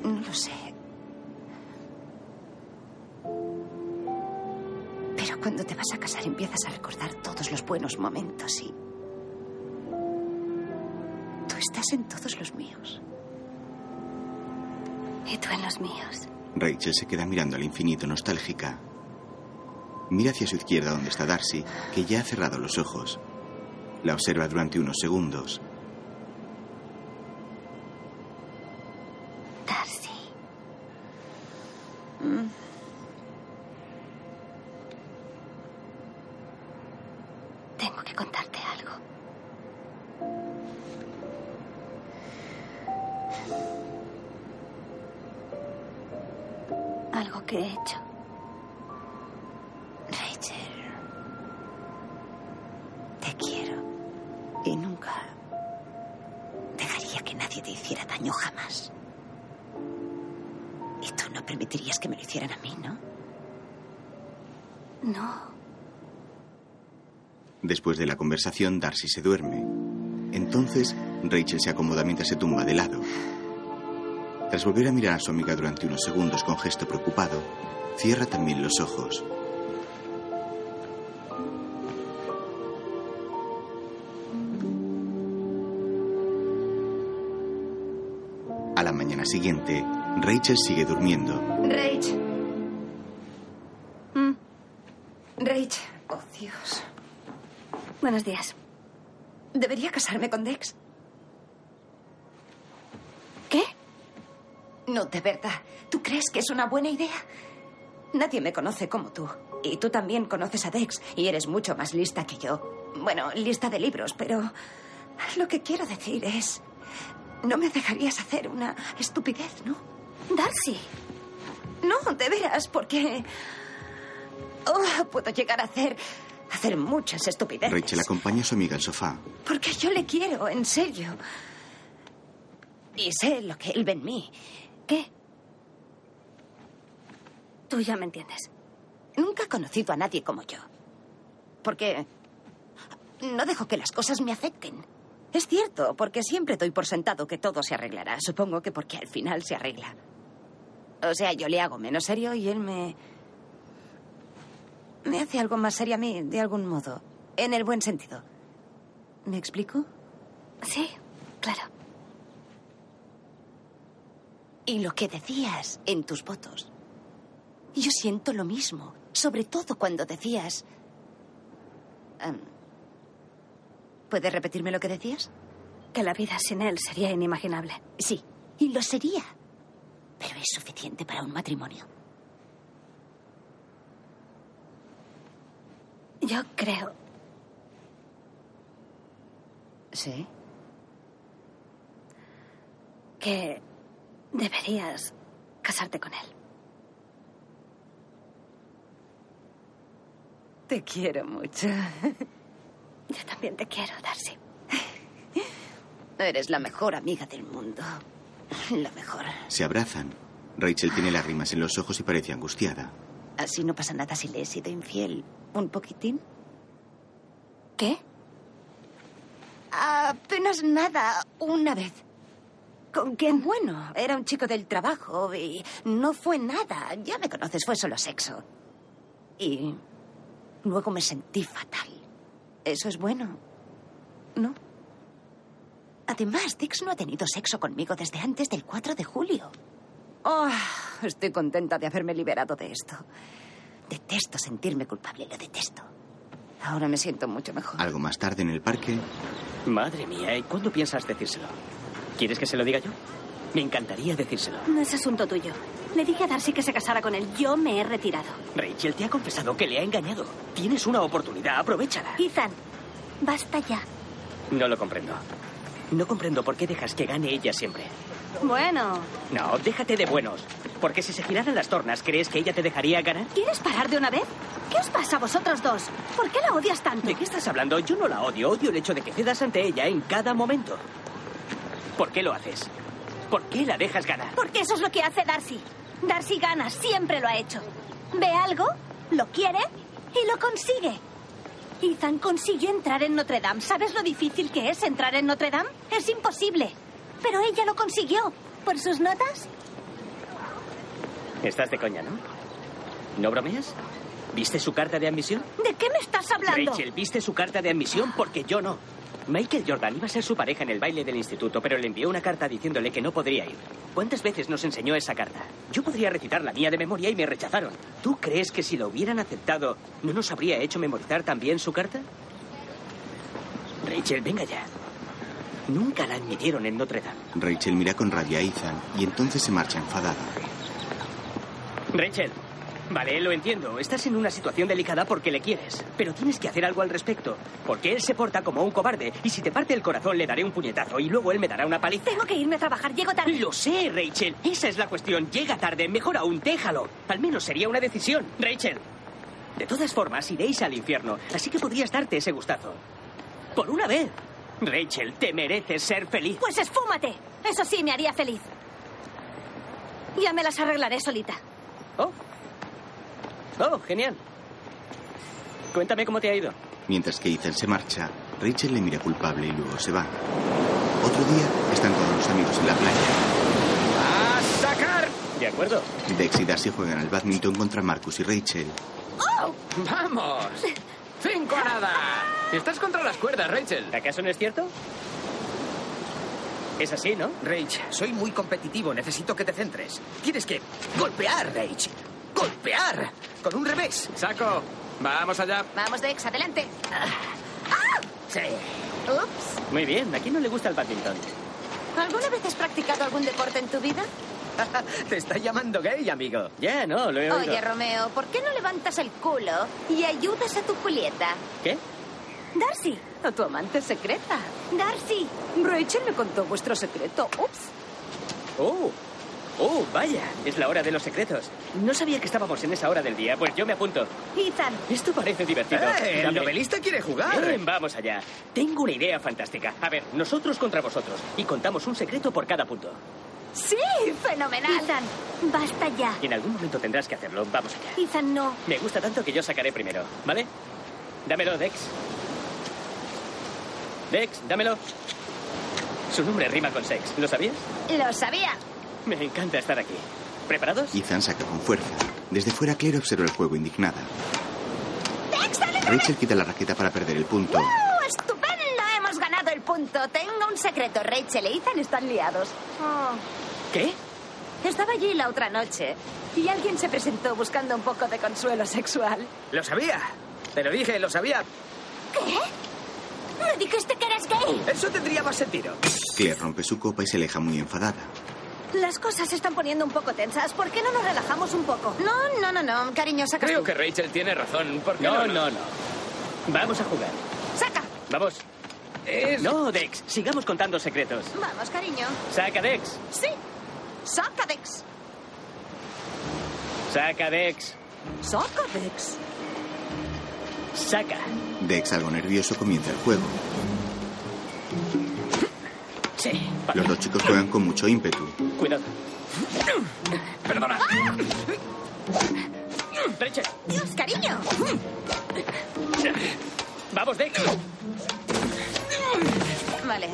A: No lo sé. Pero cuando te vas a casar empiezas a recordar todos los buenos momentos y... Tú estás en todos los míos.
E: Y tú en los míos.
C: Rachel se queda mirando al infinito nostálgica. Mira hacia su izquierda donde está Darcy, que ya ha cerrado los ojos. La observa durante unos segundos.
E: Darcy. Mm. Tengo que contarte algo.
B: que he hecho. Rachel, te quiero. Y nunca dejaría que nadie te hiciera daño jamás. Y tú no permitirías que me lo hicieran a mí, ¿no? No.
C: Después de la conversación, Darcy se duerme. Entonces, Rachel se acomoda mientras se tumba de lado. Tras volver a mirar a su amiga durante unos segundos con gesto preocupado, cierra también los ojos. A la mañana siguiente, Rachel sigue durmiendo.
A: Rach. Mm. Rach. Oh, Dios. Buenos días. ¿Debería casarme con Dex? ¿Qué? No, de verdad. ¿Tú crees que es una buena idea? Nadie me conoce como tú. Y tú también conoces a Dex. Y eres mucho más lista que yo. Bueno, lista de libros, pero... Lo que quiero decir es... No me dejarías hacer una estupidez, ¿no? Darcy. No, de veras, porque... Oh, puedo llegar a hacer... Hacer muchas estupideces.
C: Rachel acompaña a su amiga al sofá.
A: Porque yo le quiero, en serio. Y sé lo que él ve en mí. ¿Qué? Tú ya me entiendes. Nunca he conocido a nadie como yo. Porque no dejo que las cosas me afecten. Es cierto, porque siempre doy por sentado que todo se arreglará. Supongo que porque al final se arregla. O sea, yo le hago menos serio y él me... Me hace algo más serio a mí, de algún modo. En el buen sentido. ¿Me explico? Sí, claro. Y lo que decías en tus votos. Yo siento lo mismo, sobre todo cuando decías... Em, ¿Puedes repetirme lo que decías?
E: Que la vida sin él sería inimaginable.
A: Sí, y lo sería. Pero es suficiente para un matrimonio.
E: Yo creo.
A: Sí.
E: Que deberías casarte con él.
A: Te quiero mucho.
E: Yo también te quiero, Darcy.
A: Eres la mejor amiga del mundo. La mejor.
C: Se abrazan. Rachel tiene lágrimas en los ojos y parece angustiada.
A: Así no pasa nada si le he sido infiel. ¿Un poquitín? ¿Qué? Apenas nada, una vez. ¿Con quién? Bueno, era un chico del trabajo y no fue nada. Ya me conoces, fue solo sexo. Y luego me sentí fatal. Eso es bueno, ¿no? Además, Dix no ha tenido sexo conmigo desde antes del 4 de julio. Oh, estoy contenta de haberme liberado de esto. Detesto sentirme culpable, lo detesto. Ahora me siento mucho mejor.
C: Algo más tarde en el parque,
D: Madre mía, ¿y cuándo piensas decírselo? ¿Quieres que se lo diga yo? Me encantaría decírselo.
E: No es asunto tuyo. Le dije a Darcy que se casara con él. Yo me he retirado.
D: Rachel te ha confesado que le ha engañado. Tienes una oportunidad, aprovechala.
E: Ethan, basta ya.
D: No lo comprendo. No comprendo por qué dejas que gane ella siempre.
E: Bueno,
D: No, déjate de buenos. Porque si se giraran las tornas, ¿crees que ella te dejaría ganar?
E: ¿quieres parar de una vez? ¿Qué os pasa a vosotros dos? ¿Por qué la odias tanto?
D: ¿De qué estás hablando? Yo no la odio. Odio el hecho de que cedas ante ella en cada momento. ¿Por qué lo haces? ¿Por qué la dejas ganar?
E: Porque eso es lo que hace Darcy. Darcy gana, siempre lo ha hecho. Ve algo, lo quiere y lo consigue. Ethan consiguió entrar en Notre Dame. ¿Sabes lo difícil que es entrar en Notre Dame? Es imposible. Pero ella lo consiguió. ¿Por sus notas?
D: Estás de coña, ¿no? ¿No bromeas? ¿Viste su carta de admisión?
E: ¿De qué me estás hablando?
D: Rachel, ¿viste su carta de admisión? Porque yo no. Michael Jordan iba a ser su pareja en el baile del instituto, pero le envió una carta diciéndole que no podría ir. ¿Cuántas veces nos enseñó esa carta? Yo podría recitar la mía de memoria y me rechazaron. ¿Tú crees que si la hubieran aceptado, no nos habría hecho memorizar también su carta? Rachel, venga ya. Nunca la admitieron en Notre Dame.
C: Rachel mira con rabia a Ethan y entonces se marcha enfadada.
D: Rachel, Vale, lo entiendo. Estás en una situación delicada porque le quieres. Pero tienes que hacer algo al respecto. Porque él se porta como un cobarde. Y si te parte el corazón, le daré un puñetazo. Y luego él me dará una paliza.
E: Tengo que irme a trabajar, llego tarde.
D: Lo sé, Rachel. Esa es la cuestión. Llega tarde. Mejor aún, déjalo. Al menos sería una decisión. Rachel. De todas formas, iréis al infierno. Así que podrías darte ese gustazo. Por una vez. Rachel, te mereces ser feliz.
E: Pues esfúmate. Eso sí me haría feliz. Ya me las arreglaré solita.
D: Oh, genial. Cuéntame cómo te ha ido.
C: Mientras que Ethan se marcha, Rachel le mira culpable y luego se va. Otro día están todos los amigos en la playa.
D: ¡A sacar! De acuerdo.
C: Dex y Darcy juegan al bádminton contra Marcus y Rachel.
F: ¡Oh! ¡Vamos! ¡Cinco a nada! Estás contra las cuerdas, Rachel.
D: ¿Acaso no es cierto? Es así, ¿no?
O: Rage, soy muy competitivo. Necesito que te centres. Tienes que golpear, Rage. ¡Golpear! Con un revés.
F: Saco. Vamos allá.
A: Vamos, Dex, adelante.
O: Sí.
A: Ups.
D: Muy bien, ¿a quién no le gusta el badminton?
A: ¿Alguna vez has practicado algún deporte en tu vida?
O: te está llamando gay, amigo.
D: Ya, no, lo he oído.
A: Oye, Romeo, ¿por qué no levantas el culo y ayudas a tu Julieta?
D: ¿Qué?
A: Darcy. A tu amante secreta. Darcy.
P: Rachel me contó vuestro secreto. Ups.
D: ¡Oh! ¡Oh, vaya! Es la hora de los secretos. No sabía que estábamos en esa hora del día, pues yo me apunto.
E: Ethan.
D: Esto parece divertido.
O: ¡Eh, el
D: Dame.
O: novelista quiere jugar!
D: Bien, vamos allá. Tengo una idea fantástica. A ver, nosotros contra vosotros. Y contamos un secreto por cada punto.
E: Sí, fenomenal. Ethan, basta ya.
D: Y en algún momento tendrás que hacerlo. Vamos allá.
E: Ethan, no.
D: Me gusta tanto que yo sacaré primero, ¿vale? Dámelo, Dex. Dex, dámelo. Su nombre rima con sex. ¿Lo sabías?
A: Lo sabía.
D: Me encanta estar aquí. ¿Preparados?
C: Ethan saca con fuerza. Desde fuera, Claire observa el juego indignada.
A: ¡Dex, dale, dale!
C: Rachel quita la raqueta para perder el punto.
A: ¡Wow! ¡Oh, ¡Estupendo! Hemos ganado el punto. Tengo un secreto. Rachel e Ethan están liados. Oh.
D: ¿Qué?
A: Estaba allí la otra noche y alguien se presentó buscando un poco de consuelo sexual.
O: ¡Lo sabía! Te lo dije, lo sabía.
A: ¿Qué? ¿No dijiste que eras gay?
O: Eso tendría más sentido.
C: Claire rompe su copa y se aleja muy enfadada.
E: Las cosas se están poniendo un poco tensas. ¿Por qué no nos relajamos un poco?
A: No, no, no, no. Cariño, sacas
F: Creo
A: tú.
F: que Rachel tiene razón. ¿Por qué
D: No,
F: no,
D: no, no. Vamos a jugar.
A: ¡Saca!
D: Vamos.
F: Es-
D: No, Dex. Sigamos contando secretos.
A: Vamos, cariño.
D: Saca, Dex.
A: Sí. Saca, Dex.
D: Saca, Dex.
P: Saca, Dex.
D: Saca.
C: Dex, algo nervioso, comienza el juego.
D: Sí.
C: Los dos chicos juegan con mucho ímpetu.
D: Cuidado. Perdona. Rachel.
A: Dios, cariño.
D: Vamos, Dex.
A: Vale.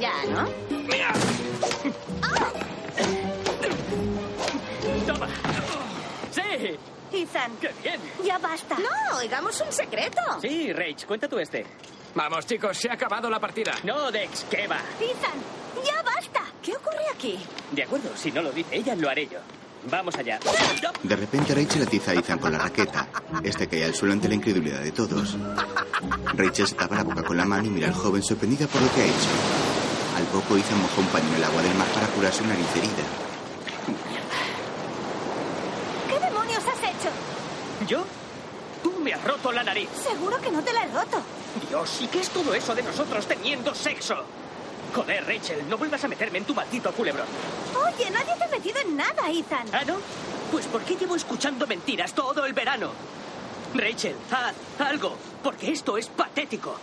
A: Ya, ¿no?
D: Toma. Sí.
E: Ethan,
D: Qué bien.
E: ya basta.
A: No, oigamos un secreto.
D: Sí, Rach, cuenta tú este.
F: Vamos, chicos, se ha acabado la partida.
D: No, Dex, ¿qué va?
E: Ethan, ya basta. ¿Qué ocurre aquí?
D: De acuerdo, si no lo dice ella, lo haré yo. Vamos allá.
C: De repente, Rachel atiza a Ethan con la raqueta. Este cae al suelo ante la incredulidad de todos. Rachel se tapa la boca con la mano y mira al joven sorprendida por lo que ha hecho. Al poco, Ethan mojó un paño en el agua del mar para curar su nariz herida.
E: ¿Qué demonios has hecho?
D: ¿Yo? Tú me has roto la nariz.
E: Seguro que no te la he roto.
D: Dios, ¿y qué es todo eso de nosotros teniendo sexo? Joder, Rachel, no vuelvas a meterme en tu maldito culebrón.
E: Oye, nadie te ha metido en nada, Ethan.
D: ¿Ah, no? Pues ¿por qué llevo escuchando mentiras todo el verano? Rachel, haz algo, porque esto es patético.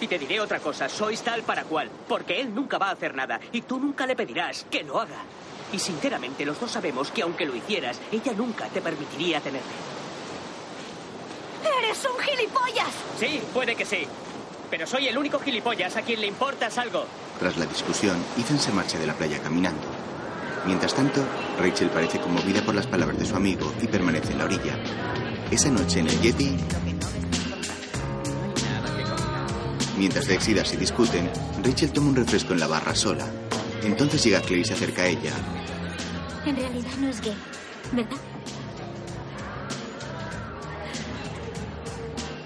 D: Y te diré otra cosa, sois tal para cual, porque él nunca va a hacer nada y tú nunca le pedirás que lo haga. Y sinceramente los dos sabemos que aunque lo hicieras, ella nunca te permitiría tenerme.
E: ¡Eres un gilipollas!
D: Sí, puede que sí. Pero soy el único gilipollas a quien le importas algo.
C: Tras la discusión, Ethan se marcha de la playa caminando. Mientras tanto, Rachel parece conmovida por las palabras de su amigo y permanece en la orilla. Esa noche en el Yeti, mientras Dex y Darcy discuten, Rachel toma un refresco en la barra sola. Entonces llega Claire y se acerca a ella.
A: En realidad no es gay, ¿verdad?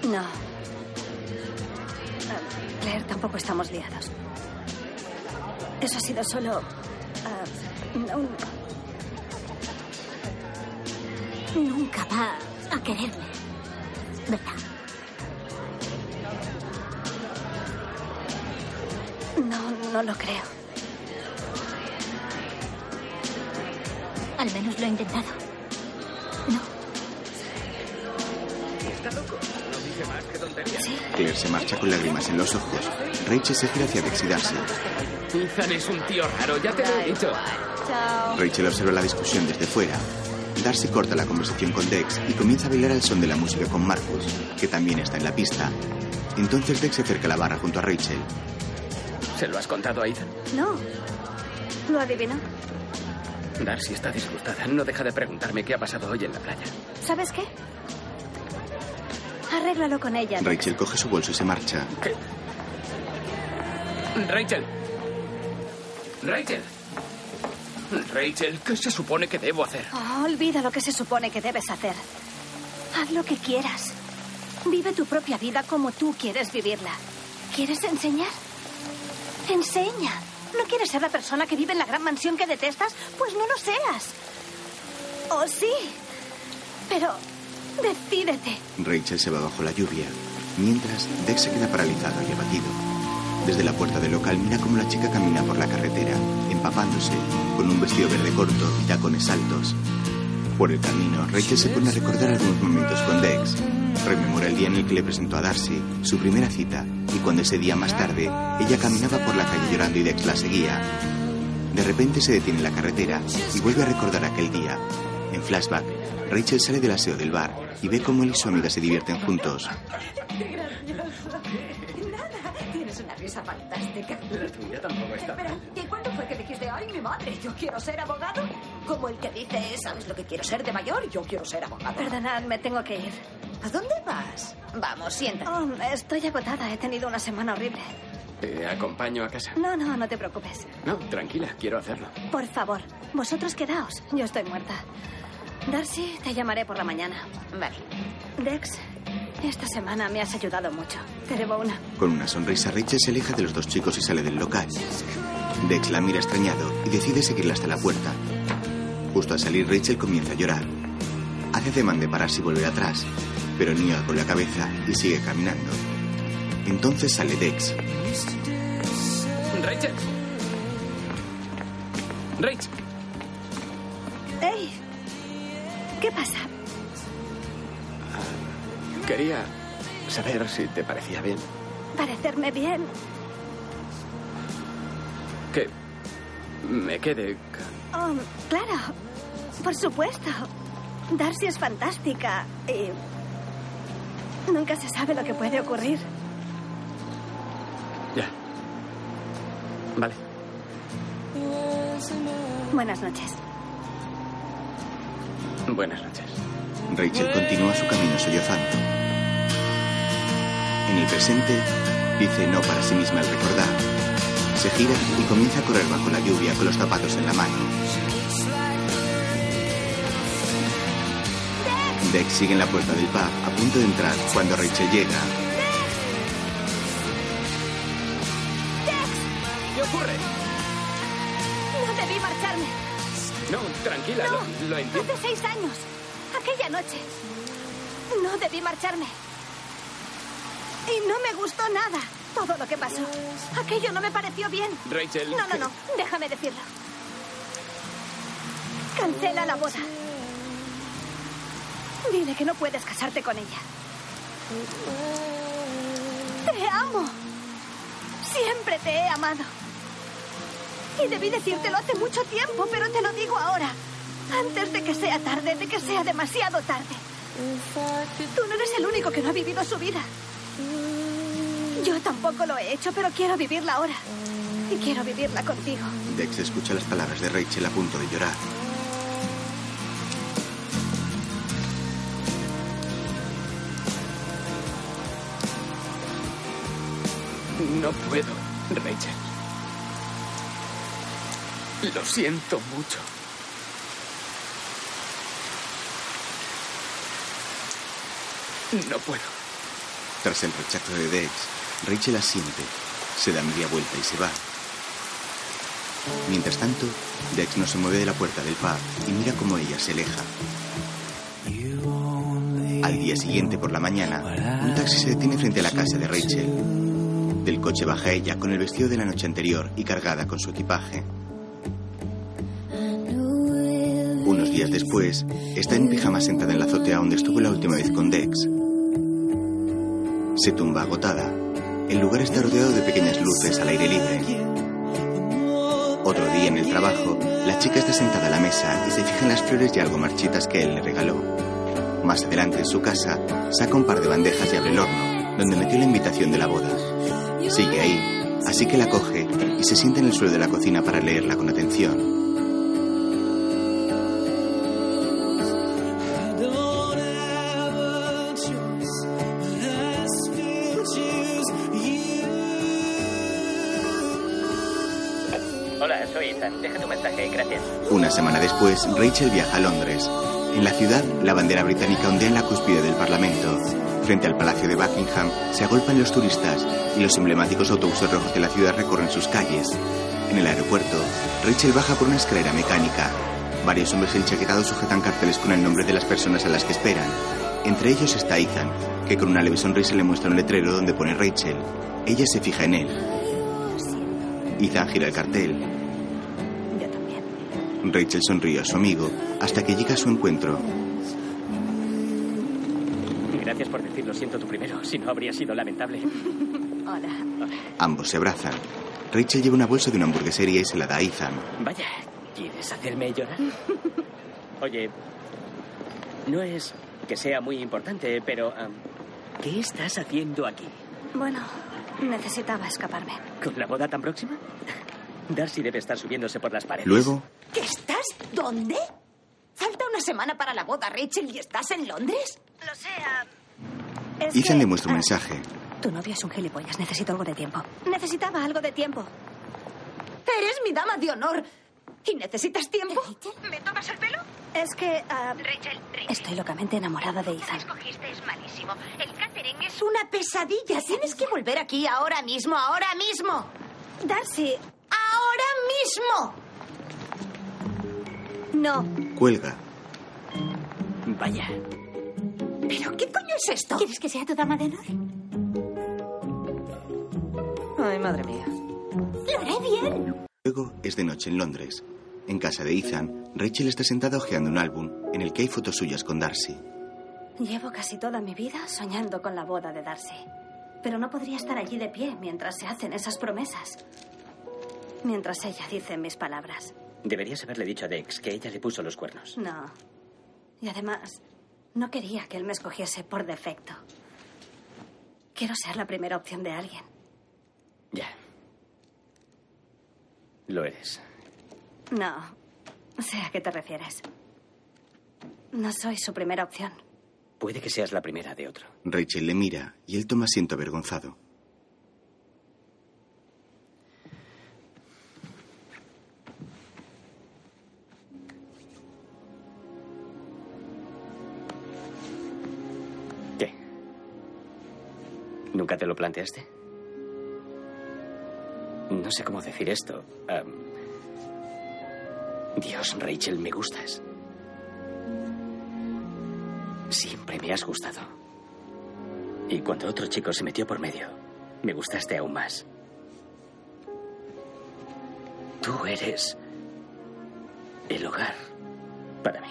E: No. Ah, Claire, tampoco estamos liados. Eso ha sido solo. ah, no, no.
B: Nunca va a quererme. ¿Verdad? No, no lo creo. Al menos lo he intentado.
F: Está loco. No dije más que tonterías.
C: Claire se marcha con lágrimas en los ojos. Rachel se gira hacia Dex y Darcy.
F: Ethan es un tío raro, ya te lo he dicho.
B: Chao.
C: Rachel observa la discusión desde fuera. Darcy corta la conversación con Dex y comienza a bailar al son de la música con Marcus, que también está en la pista. Entonces Dex se acerca a la barra junto a Rachel.
F: ¿Se lo has contado a Ethan?
E: No. Lo adivinó.
F: Darcy está disgustada. No deja de preguntarme qué ha pasado hoy en la playa.
E: ¿Sabes qué? Arréglalo con ella.
C: Rachel coge su bolso y se marcha.
F: Rachel. Rachel. Rachel, ¿qué se supone que debo hacer?
E: Oh, olvida lo que se supone que debes hacer. Haz lo que quieras. Vive tu propia vida como tú quieres vivirla. ¿Quieres enseñar? Enseña. ¿No quieres ser la persona que vive en la gran mansión que detestas? Pues no lo seas. Oh, sí. Pero decídete.
C: Rachel se va bajo la lluvia, mientras Dex se queda paralizado y abatido. Desde la puerta del local mira cómo la chica camina por la carretera, empapándose, con un vestido verde corto y tacones altos. Por el camino, Rachel se pone a recordar algunos momentos con Dex. Rememora el día en el que le presentó a Darcy, su primera cita, y cuando ese día más tarde, ella caminaba por la calle llorando y Dex la seguía. De repente se detiene en la carretera y vuelve a recordar aquel día. En flashback, Rachel sale del aseo del bar y ve cómo él y su amiga se divierten juntos.
Q: ¡Qué gracioso! Nada, tienes una risa fantástica.
F: La tuya tampoco está
Q: Espera, ¿y cuándo fue que dijiste, ay, mi madre, yo quiero ser abogado? Como el que dice, ¿sabes lo que quiero ser de mayor? Yo quiero ser abogado.
E: Perdonad, me tengo que ir.
Q: ¿A dónde vas?
E: Vamos, siéntate. Oh, estoy agotada. He tenido una semana horrible.
F: Te acompaño a casa.
E: No, no, no te preocupes.
F: No, tranquila, quiero hacerlo.
E: Por favor, vosotros quedaos. Yo estoy muerta. Darcy, te llamaré por la mañana. Vale. Dex, esta semana me has ayudado mucho. Te debo una.
C: Con una sonrisa, Rachel se aleja de los dos chicos y sale del local. Dex la mira extrañado y decide seguirla hasta la puerta. Justo al salir, Rachel comienza a llorar. Hace demanda de pararse y volver atrás, pero niega con la cabeza y sigue caminando. Entonces sale Dex.
F: Rachel. Rachel.
E: ¡Ey! ¿Qué pasa?
F: Quería saber si te parecía bien
E: ¿Parecerme bien?
F: que me quede. ca-
E: Oh, claro. Por supuesto. Darcy es fantástica y... Nunca se sabe lo que puede ocurrir.
F: Ya. Vale.
E: Buenas noches.
F: Buenas noches.
C: Rachel continúa su camino sollozando. En el presente, dice no para sí misma al recordar. Se gira y comienza a correr bajo la lluvia con los zapatos en la mano. Dex sigue en la puerta del pub a punto de entrar cuando Rachel llega.
F: ¿Qué ocurre?
E: No debí marcharme.
F: No, tranquila, Lo, lo entiendo.
E: Hace seis años. Aquella noche. No debí marcharme. Y no me gustó nada. Todo lo que pasó. Aquello no me pareció bien.
F: Rachel.
E: No, no, no. Déjame decirlo. Cancela la boda. Dile que no puedes casarte con ella. Te amo. Siempre te he amado. Y debí decírtelo hace mucho tiempo, pero te lo digo ahora. Antes de que sea tarde, de que sea demasiado tarde. Tú no eres el único que no ha vivido su vida. Yo tampoco lo he hecho, pero quiero vivirla ahora. Y quiero vivirla contigo.
C: Dex escucha las palabras de Rachel a punto de llorar.
F: No puedo, Rachel. Lo siento mucho. No puedo.
C: Tras el rechazo de Dex, Rachel asiente, se da media vuelta y se va. Mientras tanto, Dex no se mueve de la puerta del pub y mira cómo ella se aleja. Al día siguiente por la mañana, un taxi se detiene frente a la casa de Rachel. Del coche baja ella con el vestido de la noche anterior y cargada con su equipaje. Unos días después, está en pijama sentada en la azotea donde estuvo la última vez con Dex. Se tumba agotada. El lugar está rodeado de pequeñas luces al aire libre. Otro día en el trabajo, la chica está sentada a la mesa y se fija en las flores y algo marchitas que él le regaló. Más adelante en su casa, saca un par de bandejas y abre el horno, donde metió la invitación de la boda. Sigue ahí, así que la coge y se sienta en el suelo de la cocina para leerla con atención.
R: Hola, soy Ethan. Deja tu mensaje, gracias.
C: Una semana después, Rachel viaja a Londres. En la ciudad, la bandera británica ondea en la cúspide del Parlamento. Frente al Palacio de Buckingham se agolpan los turistas y los emblemáticos autobuses rojos de la ciudad recorren sus calles. En el aeropuerto, Rachel baja por una escalera mecánica. Varios hombres enchaquetados sujetan carteles con el nombre de las personas a las que esperan. Entre ellos está Ethan, que con una leve sonrisa le muestra un letrero donde pone Rachel. Ella se fija en él. Ethan gira el cartel. Rachel sonríe a su amigo hasta que llega a su encuentro.
D: Gracias por decirlo, siento tu primero, si no habría sido lamentable.
B: Hola.
C: Ambos se abrazan. Rachel lleva una bolsa de una hamburguesería y se la da a Ethan.
D: Vaya, ¿quieres hacerme llorar? Oye, no es que sea muy importante, pero... am, ¿Qué estás haciendo aquí?
E: Bueno, necesitaba escaparme.
D: ¿Con la boda tan próxima? Darcy debe estar subiéndose por las paredes.
C: Luego,
Q: ¿Qué estás? ¿Dónde? Falta una semana para la boda, Rachel, y estás en Londres. Lo sé. ah.
C: Ethan le muestra un mensaje.
E: Tu novio es un gilipollas. Necesito algo de tiempo.
Q: Necesitaba algo de tiempo. Eres mi dama de honor. ¿Y necesitas tiempo? ¿Me tomas el pelo?
E: Es que... ah,
Q: Rachel,
E: estoy locamente enamorada de Ethan.
Q: escogiste es malísimo. El catering es una pesadilla. Tienes que volver aquí ahora mismo, ahora mismo. Darcy. ¡Ahora mismo! No.
C: Cuelga.
D: Vaya.
Q: ¿Pero qué coño es esto? ¿Quieres que sea tu dama de honor?
E: Ay, madre mía.
Q: Lo haré bien.
C: Luego es de noche en Londres. En casa de Ethan, Rachel está sentada hojeando un álbum en el que hay fotos suyas con Darcy.
E: Llevo casi toda mi vida soñando con la boda de Darcy. Pero no podría estar allí de pie mientras se hacen esas promesas. Mientras ella dice mis palabras.
D: Deberías haberle dicho a Dex que ella le puso los cuernos.
E: No. Y además, no quería que él me escogiese por defecto. Quiero ser la primera opción de alguien.
D: Ya. Lo eres.
E: No. Sé a qué te refieres. No soy su primera opción.
D: Puede que seas la primera de otro.
C: Rachel le mira y él toma asiento avergonzado.
D: ¿Qué? ¿Nunca te lo planteaste? No sé cómo decir esto. Am, Dios, Rachel, me gustas. Siempre me has gustado. Y cuando otro chico se metió por medio, me gustaste aún más. Tú eres el hogar para mí.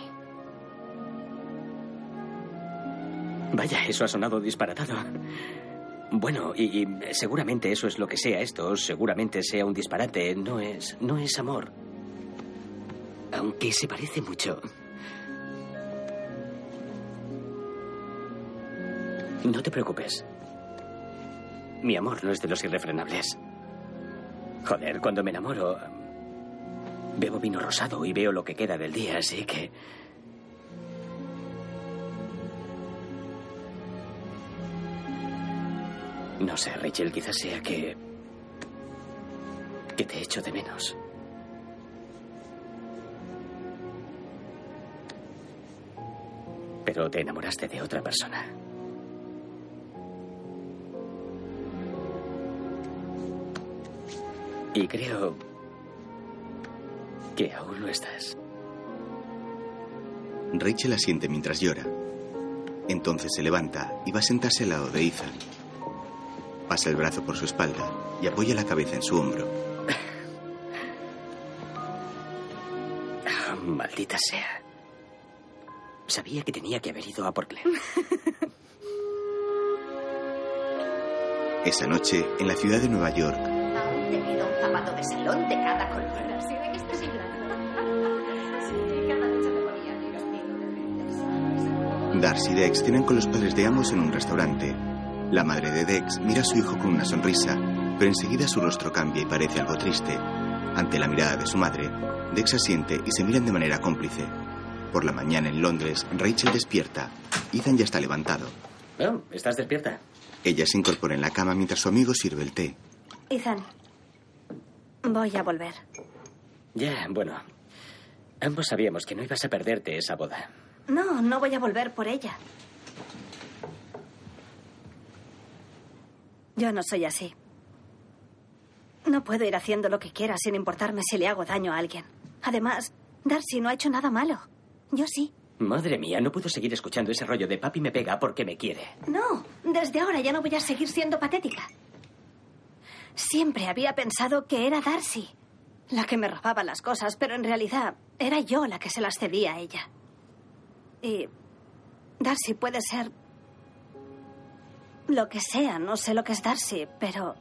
D: Vaya, eso ha sonado disparatado. Bueno, y, y seguramente eso es lo que sea esto, seguramente sea un disparate, no es no es amor. Aunque se parece mucho. No te preocupes. Mi amor no es de los irrefrenables. Joder, cuando me enamoro bebo vino rosado y veo lo que queda del día, así que No sé, Rachel, quizás sea que. que te echo de menos. Pero te enamoraste de otra persona. Y creo. que aún lo estás.
C: Rachel asiente mientras llora. Entonces se levanta y va a sentarse al lado de Ethan. Pasa el brazo por su espalda y apoya la cabeza en su hombro.
D: Ah, Maldita sea. Sabía que tenía que haber ido a Portland.
C: Esa noche, en la ciudad de Nueva York,
Q: Aún te pido un zapato de salón de cada color. este
C: Darcy y Dex cenan con los padres de ambos en un restaurante. La madre de Dex mira a su hijo con una sonrisa, pero enseguida su rostro cambia y parece algo triste. Ante la mirada de su madre, Dex asiente y se miran de manera cómplice. Por la mañana en Londres, Rachel despierta. Ethan ya está levantado.
D: Bueno, estás despierta.
C: Ella se incorpora en la cama mientras su amigo sirve el té.
E: Ethan, voy a volver.
D: Ya, bueno. Ambos sabíamos que no ibas a perderte esa boda.
E: No, no voy a volver por ella. Yo no soy así. No puedo ir haciendo lo que quiera sin importarme si le hago daño a alguien. Además, Darcy no ha hecho nada malo. Yo sí.
D: Madre mía, no puedo seguir escuchando ese rollo de papi me pega porque me quiere.
E: No, desde ahora ya no voy a seguir siendo patética. Siempre había pensado que era Darcy la que me robaba las cosas, pero en realidad era yo la que se las cedía a ella. Y Darcy puede ser lo que sea, no sé lo que es Darcy, pero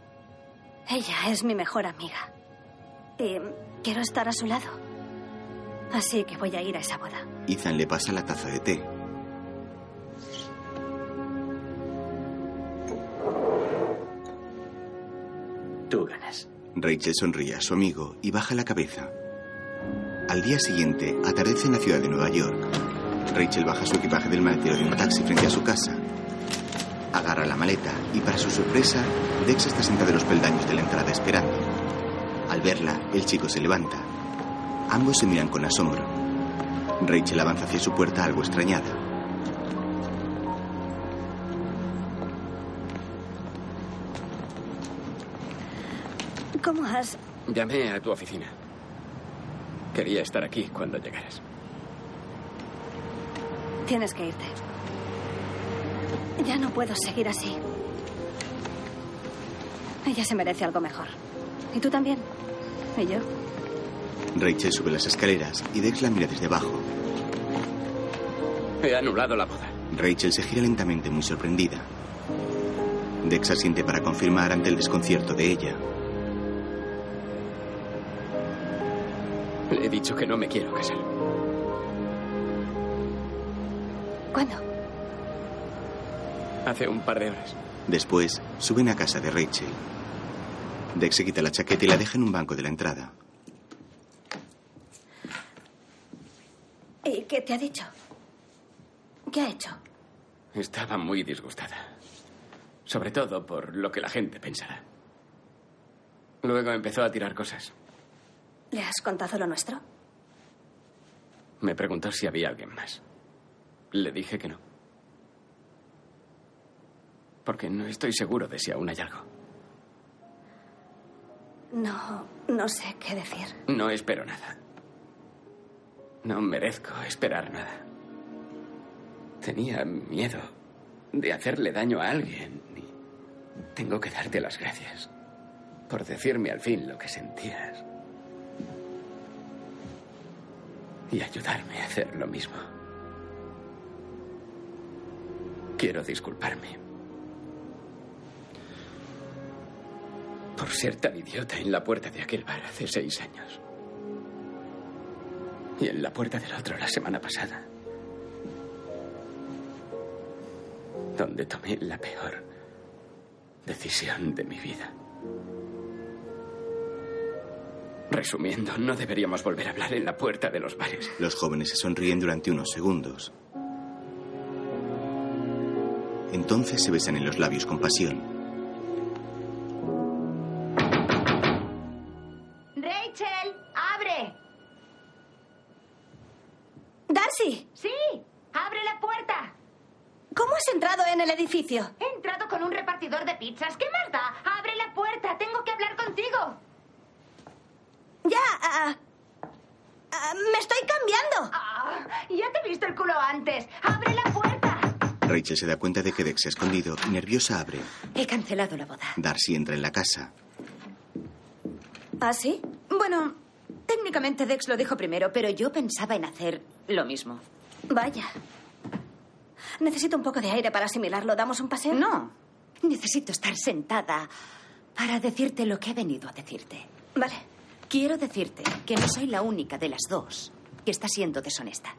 E: ella es mi mejor amiga. Y quiero estar a su lado. Así que voy a ir a esa boda.
C: Ethan le pasa la taza de té.
D: Tú ganas.
C: Rachel sonríe a su amigo y baja la cabeza. Al día siguiente, atardece en la ciudad de Nueva York. Rachel baja su equipaje del maletero de un taxi frente a su casa. Agarra la maleta y, para su sorpresa, Dex está sentado en los peldaños de la entrada esperando. Al verla, el chico se levanta. Ambos se miran con asombro. Rachel avanza hacia su puerta algo extrañada.
E: ¿Cómo has...?
F: Llamé a tu oficina. Quería estar aquí cuando llegaras.
E: Tienes que irte. Ya no puedo seguir así. Ella se merece algo mejor. Y tú también. Y yo.
C: Rachel sube las escaleras y Dex la mira desde abajo.
F: He anulado la boda.
C: Rachel se gira lentamente, muy sorprendida. Dex asiente para confirmar ante el desconcierto de ella.
F: Le he dicho que no me quiero casar.
E: ¿Cuándo?
F: Hace un par de horas.
C: Después, suben a casa de Rachel. Dex se quita la chaqueta y la deja en un banco de la entrada.
E: ¿Y qué te ha dicho? ¿Qué ha hecho?
F: Estaba muy disgustada. Sobre todo por lo que la gente pensará. Luego empezó a tirar cosas.
E: ¿Le has contado lo nuestro?
F: Me preguntó si había alguien más. Le dije que no. Porque no estoy seguro de si aún hay algo.
E: No, no sé qué decir.
F: No espero nada. No merezco esperar nada. Tenía miedo de hacerle daño a alguien y tengo que darte las gracias por decirme al fin lo que sentías y ayudarme a hacer lo mismo. Quiero disculparme por ser tan idiota en la puerta de aquel bar hace seis años y en la puerta del otro la semana pasada, donde tomé la peor decisión de mi vida. Resumiendo, no deberíamos volver a hablar en la puerta de los bares.
C: Los jóvenes se sonríen durante unos segundos. Entonces se besan en los labios con pasión.
Q: Rachel, abre.
E: Darcy,
Q: Sí, abre la puerta.
E: ¿cómo has entrado en el edificio?
Q: He entrado con un repartidor de pizzas. ¿Qué más da? Abre la puerta. Tengo que hablar contigo.
E: Ya, ah, ah, me estoy cambiando.
Q: Ah, ya te he visto el culo antes. Abre la puerta.
C: Rachel se da cuenta de que Dex se ha escondido. Nerviosa abre.
A: He cancelado la boda.
C: Darcy entra en la casa.
A: ¿Ah, sí? Bueno, técnicamente Dex lo dijo primero, pero yo pensaba en hacer lo mismo.
E: Vaya. Necesito un poco de aire para asimilarlo. ¿Damos un paseo?
A: No. Necesito estar sentada para decirte lo que he venido a decirte.
E: Vale.
A: Quiero decirte que no soy la única de las dos que está siendo deshonesta.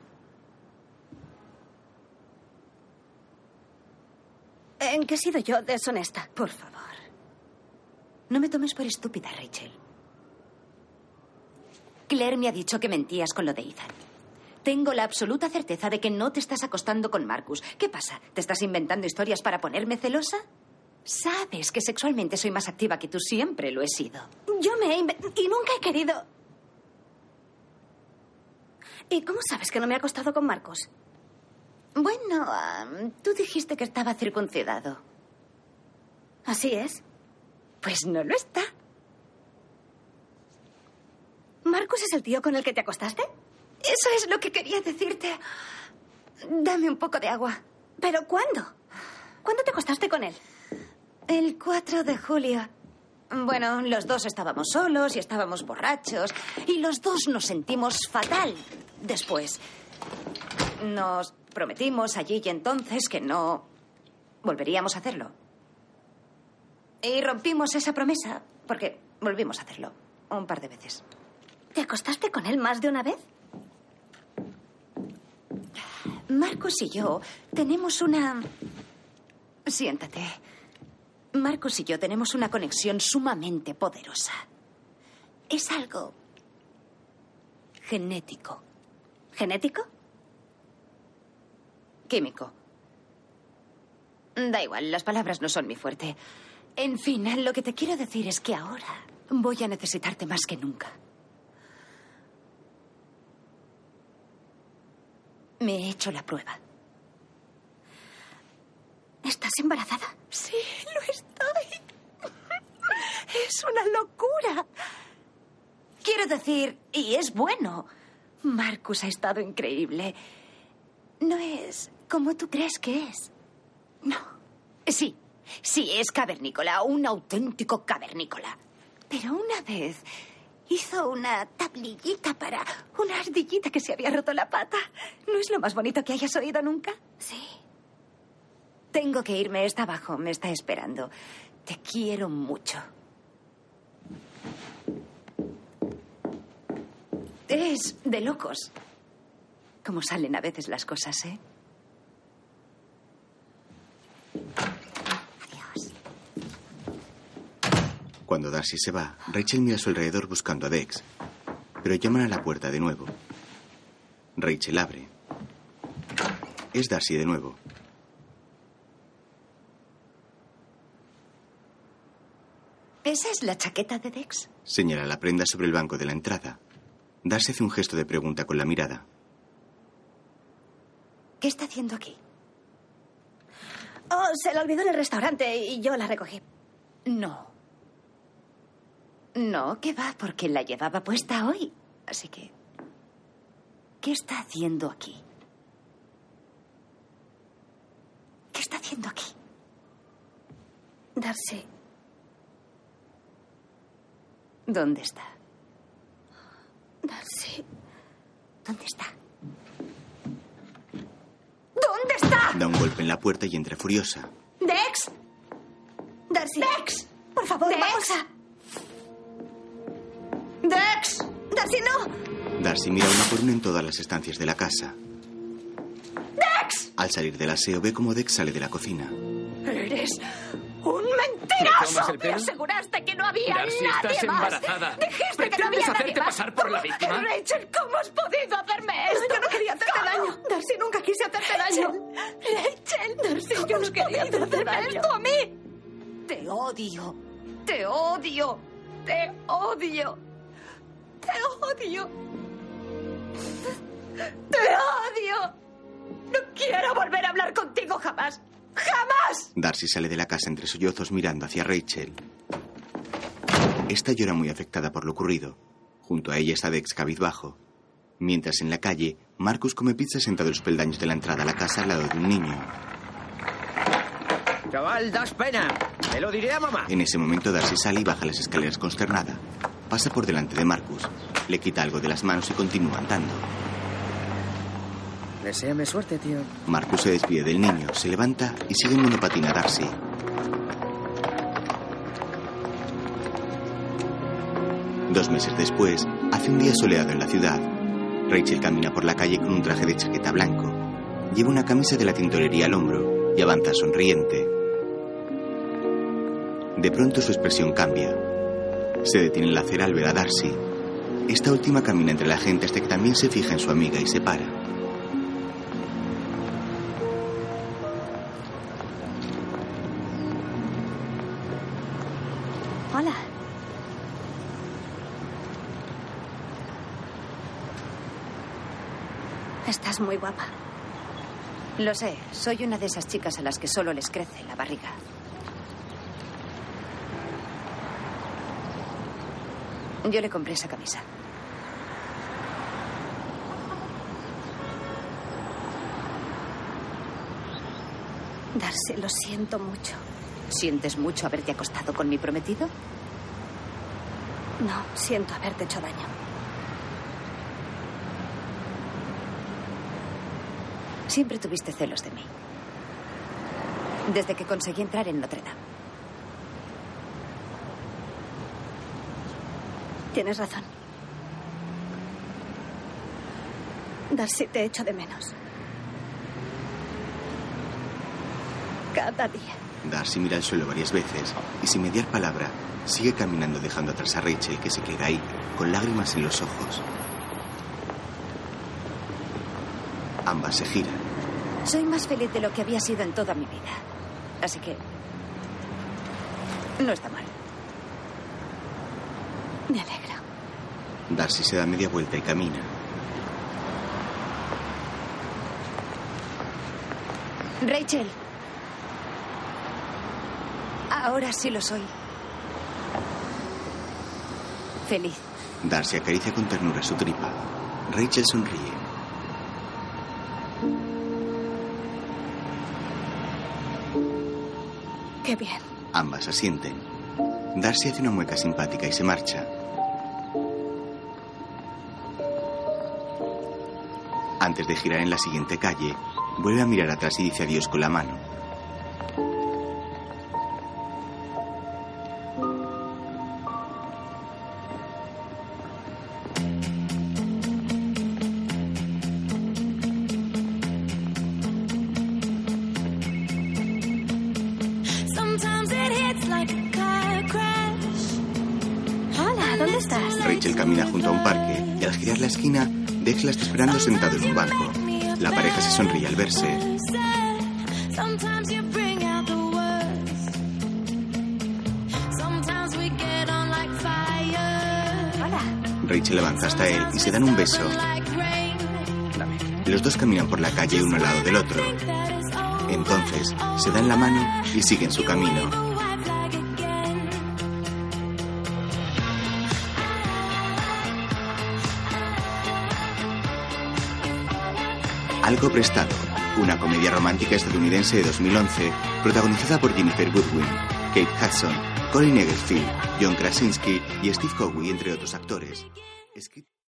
E: ¿En qué he sido yo deshonesta?
A: Por favor. No me tomes por estúpida, Rachel. Claire me ha dicho que mentías con lo de Ethan. Tengo la absoluta certeza de que no te estás acostando con Marcus. ¿Qué pasa? ¿Te estás inventando historias para ponerme celosa? Sabes que sexualmente soy más activa que tú siempre lo he sido.
E: Yo me he inve- y nunca he querido. ¿Y cómo sabes que no me he acostado con Marcos?
A: Bueno, ah, tú dijiste que estaba circuncidado.
E: Así es.
A: Pues no lo está.
E: ¿Marcos es el tío con el que te acostaste?
A: Eso es lo que quería decirte. Dame un poco de agua.
E: ¿Pero cuándo? ¿Cuándo te acostaste con él?
A: El 4 de julio. Bueno, los dos estábamos solos y estábamos borrachos. Y los dos nos sentimos fatal después. Nos prometimos allí y entonces que no volveríamos a hacerlo. Y rompimos esa promesa porque volvimos a hacerlo un par de veces.
E: ¿Te acostaste con él más de una vez?
A: Marcos y yo tenemos una... Siéntate. Marcos y yo tenemos una conexión sumamente poderosa. Es algo genético.
E: ¿Genético?
A: Químico. Da igual, las palabras no son mi fuerte. En fin, lo que te quiero decir es que ahora voy a necesitarte más que nunca. Me he hecho la prueba.
E: ¿Estás embarazada?
A: Sí, lo estoy. Es una locura. Quiero decir, y es bueno. Marcus ha estado increíble. No es como tú crees que es. No. Sí, sí, es cavernícola, un auténtico cavernícola. Pero una vez hizo una tablillita para una ardillita que se había roto la pata. ¿No es lo más bonito que hayas oído nunca?
E: Sí.
A: Tengo que irme, está abajo, me está esperando. Te quiero mucho. Es de locos. Como salen a veces las cosas, ¿eh?
C: Cuando Darcy se va, Rachel mira a su alrededor buscando a Dex. Pero llaman a la puerta de nuevo. Rachel abre. Es Darcy de nuevo.
A: ¿Esa es la chaqueta de Dex?
C: Señala la prenda sobre el banco de la entrada. Darcy hace un gesto de pregunta con la mirada.
A: ¿Qué está haciendo aquí?
E: Oh, se la olvidó en el restaurante y yo la recogí.
A: No. No, que va, porque la llevaba puesta hoy. Así que... ¿Qué está haciendo aquí? ¿Qué está haciendo aquí?
E: Darcy,
A: ¿Dónde está?
E: Darcy.
A: ¿Dónde está?
E: ¿Dónde está?
C: Da un golpe en la puerta y entra furiosa.
E: ¡Dex! Darcy. ¡Dex! Por favor,
B: Dex.
E: vamos a. ¡Dex! ¡Darcy, no!
C: Darcy mira una por una en todas las estancias de la casa.
E: ¡Dex!
C: Al salir del aseo ve cómo Dex sale de la cocina.
B: Eres
E: un
B: mentiroso.
C: tomas el pelo?
B: Me aseguraste que no había
F: Darcy,
B: nadie
F: estás
B: más.
F: embarazada.
B: Dijiste que no
F: ¿Pretendes
B: había nadie
F: hacerte
B: más.
F: pasar por la
B: ¿Cómo-
F: víctima?
B: Rachel, ¿cómo has podido hacerme esto?
E: Yo no quería hacerte daño. Darcy, nunca quise hacerte daño.
B: Rachel, Darcy, yo no quería hacerte daño. esto a mí? Te odio. Te odio. Te odio. Te odio. Te odio. No quiero volver a hablar contigo jamás. ¡Jamás!
C: Darcy sale de la casa entre sollozos mirando hacia Rachel. Esta llora muy afectada por lo ocurrido. Junto a ella está Dex cabizbajo. Mientras en la calle, Marcus come pizza sentado en los peldaños de la entrada a la casa al lado de un niño.
J: Chaval, das pena. Te lo diré a mamá.
C: En ese momento, Darcy sale y baja las escaleras consternada. Pasa por delante de Marcus, le quita algo de las manos y continúa andando.
J: Deseame suerte, tío.
C: Marcus se despide del niño, se levanta y sigue en monopatín a Darcy. Dos meses después, hace un día soleado en la ciudad. Rachel camina por la calle con un traje de chaqueta blanco. Lleva una camisa de la tintorería al hombro y avanza sonriente. De pronto su expresión cambia. Se detiene en la acera al ver a Darcy. Esta última camina entre la gente hasta que también se fija en su amiga y se para.
B: Hola.
E: Estás muy guapa.
A: Lo sé, soy una de esas chicas a las que solo les crece la barriga. Yo le compré esa camisa.
E: Darcy, lo siento mucho.
A: ¿Sientes mucho haberte acostado con mi prometido?
E: No, siento haberte hecho daño.
A: Siempre tuviste celos de mí. Desde que conseguí entrar en Notre Dame.
E: Tienes razón. Darcy, te echo de menos. Cada día.
C: Darcy mira al suelo varias veces y sin mediar palabra sigue caminando dejando atrás a Rachel que se queda ahí con lágrimas en los ojos. Ambas se giran.
A: Soy más feliz de lo que había sido en toda mi vida. Así que... No está mal.
E: Me alegra.
C: Darcy se da media vuelta y camina.
A: Rachel. Ahora sí lo soy. Feliz.
C: Darcy acaricia con ternura su tripa. Rachel sonríe.
E: Qué bien.
C: Ambas asienten. Darcy hace una mueca simpática y se marcha. Antes de girar en la siguiente calle, vuelve a mirar atrás y dice adiós con la mano.
B: Sometimes it hits like a car crash.
E: Hola, ¿dónde estás?
C: Rachel camina junto a un parque y al girar la esquina, Dex la está esperando sentado en un banco. La pareja se sonríe al verse.
B: Sad. Sometimes you bring out the worst. Sometimes we get on like fire.
C: Rachel avanza hasta él y se dan un beso.
B: Like rain.
C: Los dos caminan por la calle uno al lado del otro. Entonces, se dan la mano y siguen su camino. Algo prestado, una comedia romántica estadounidense de 2011, protagonizada por Jennifer Goodwin, Kate Hudson, Colin Eggerfield, John Krasinski y Steve Cowley, entre otros actores. Escri-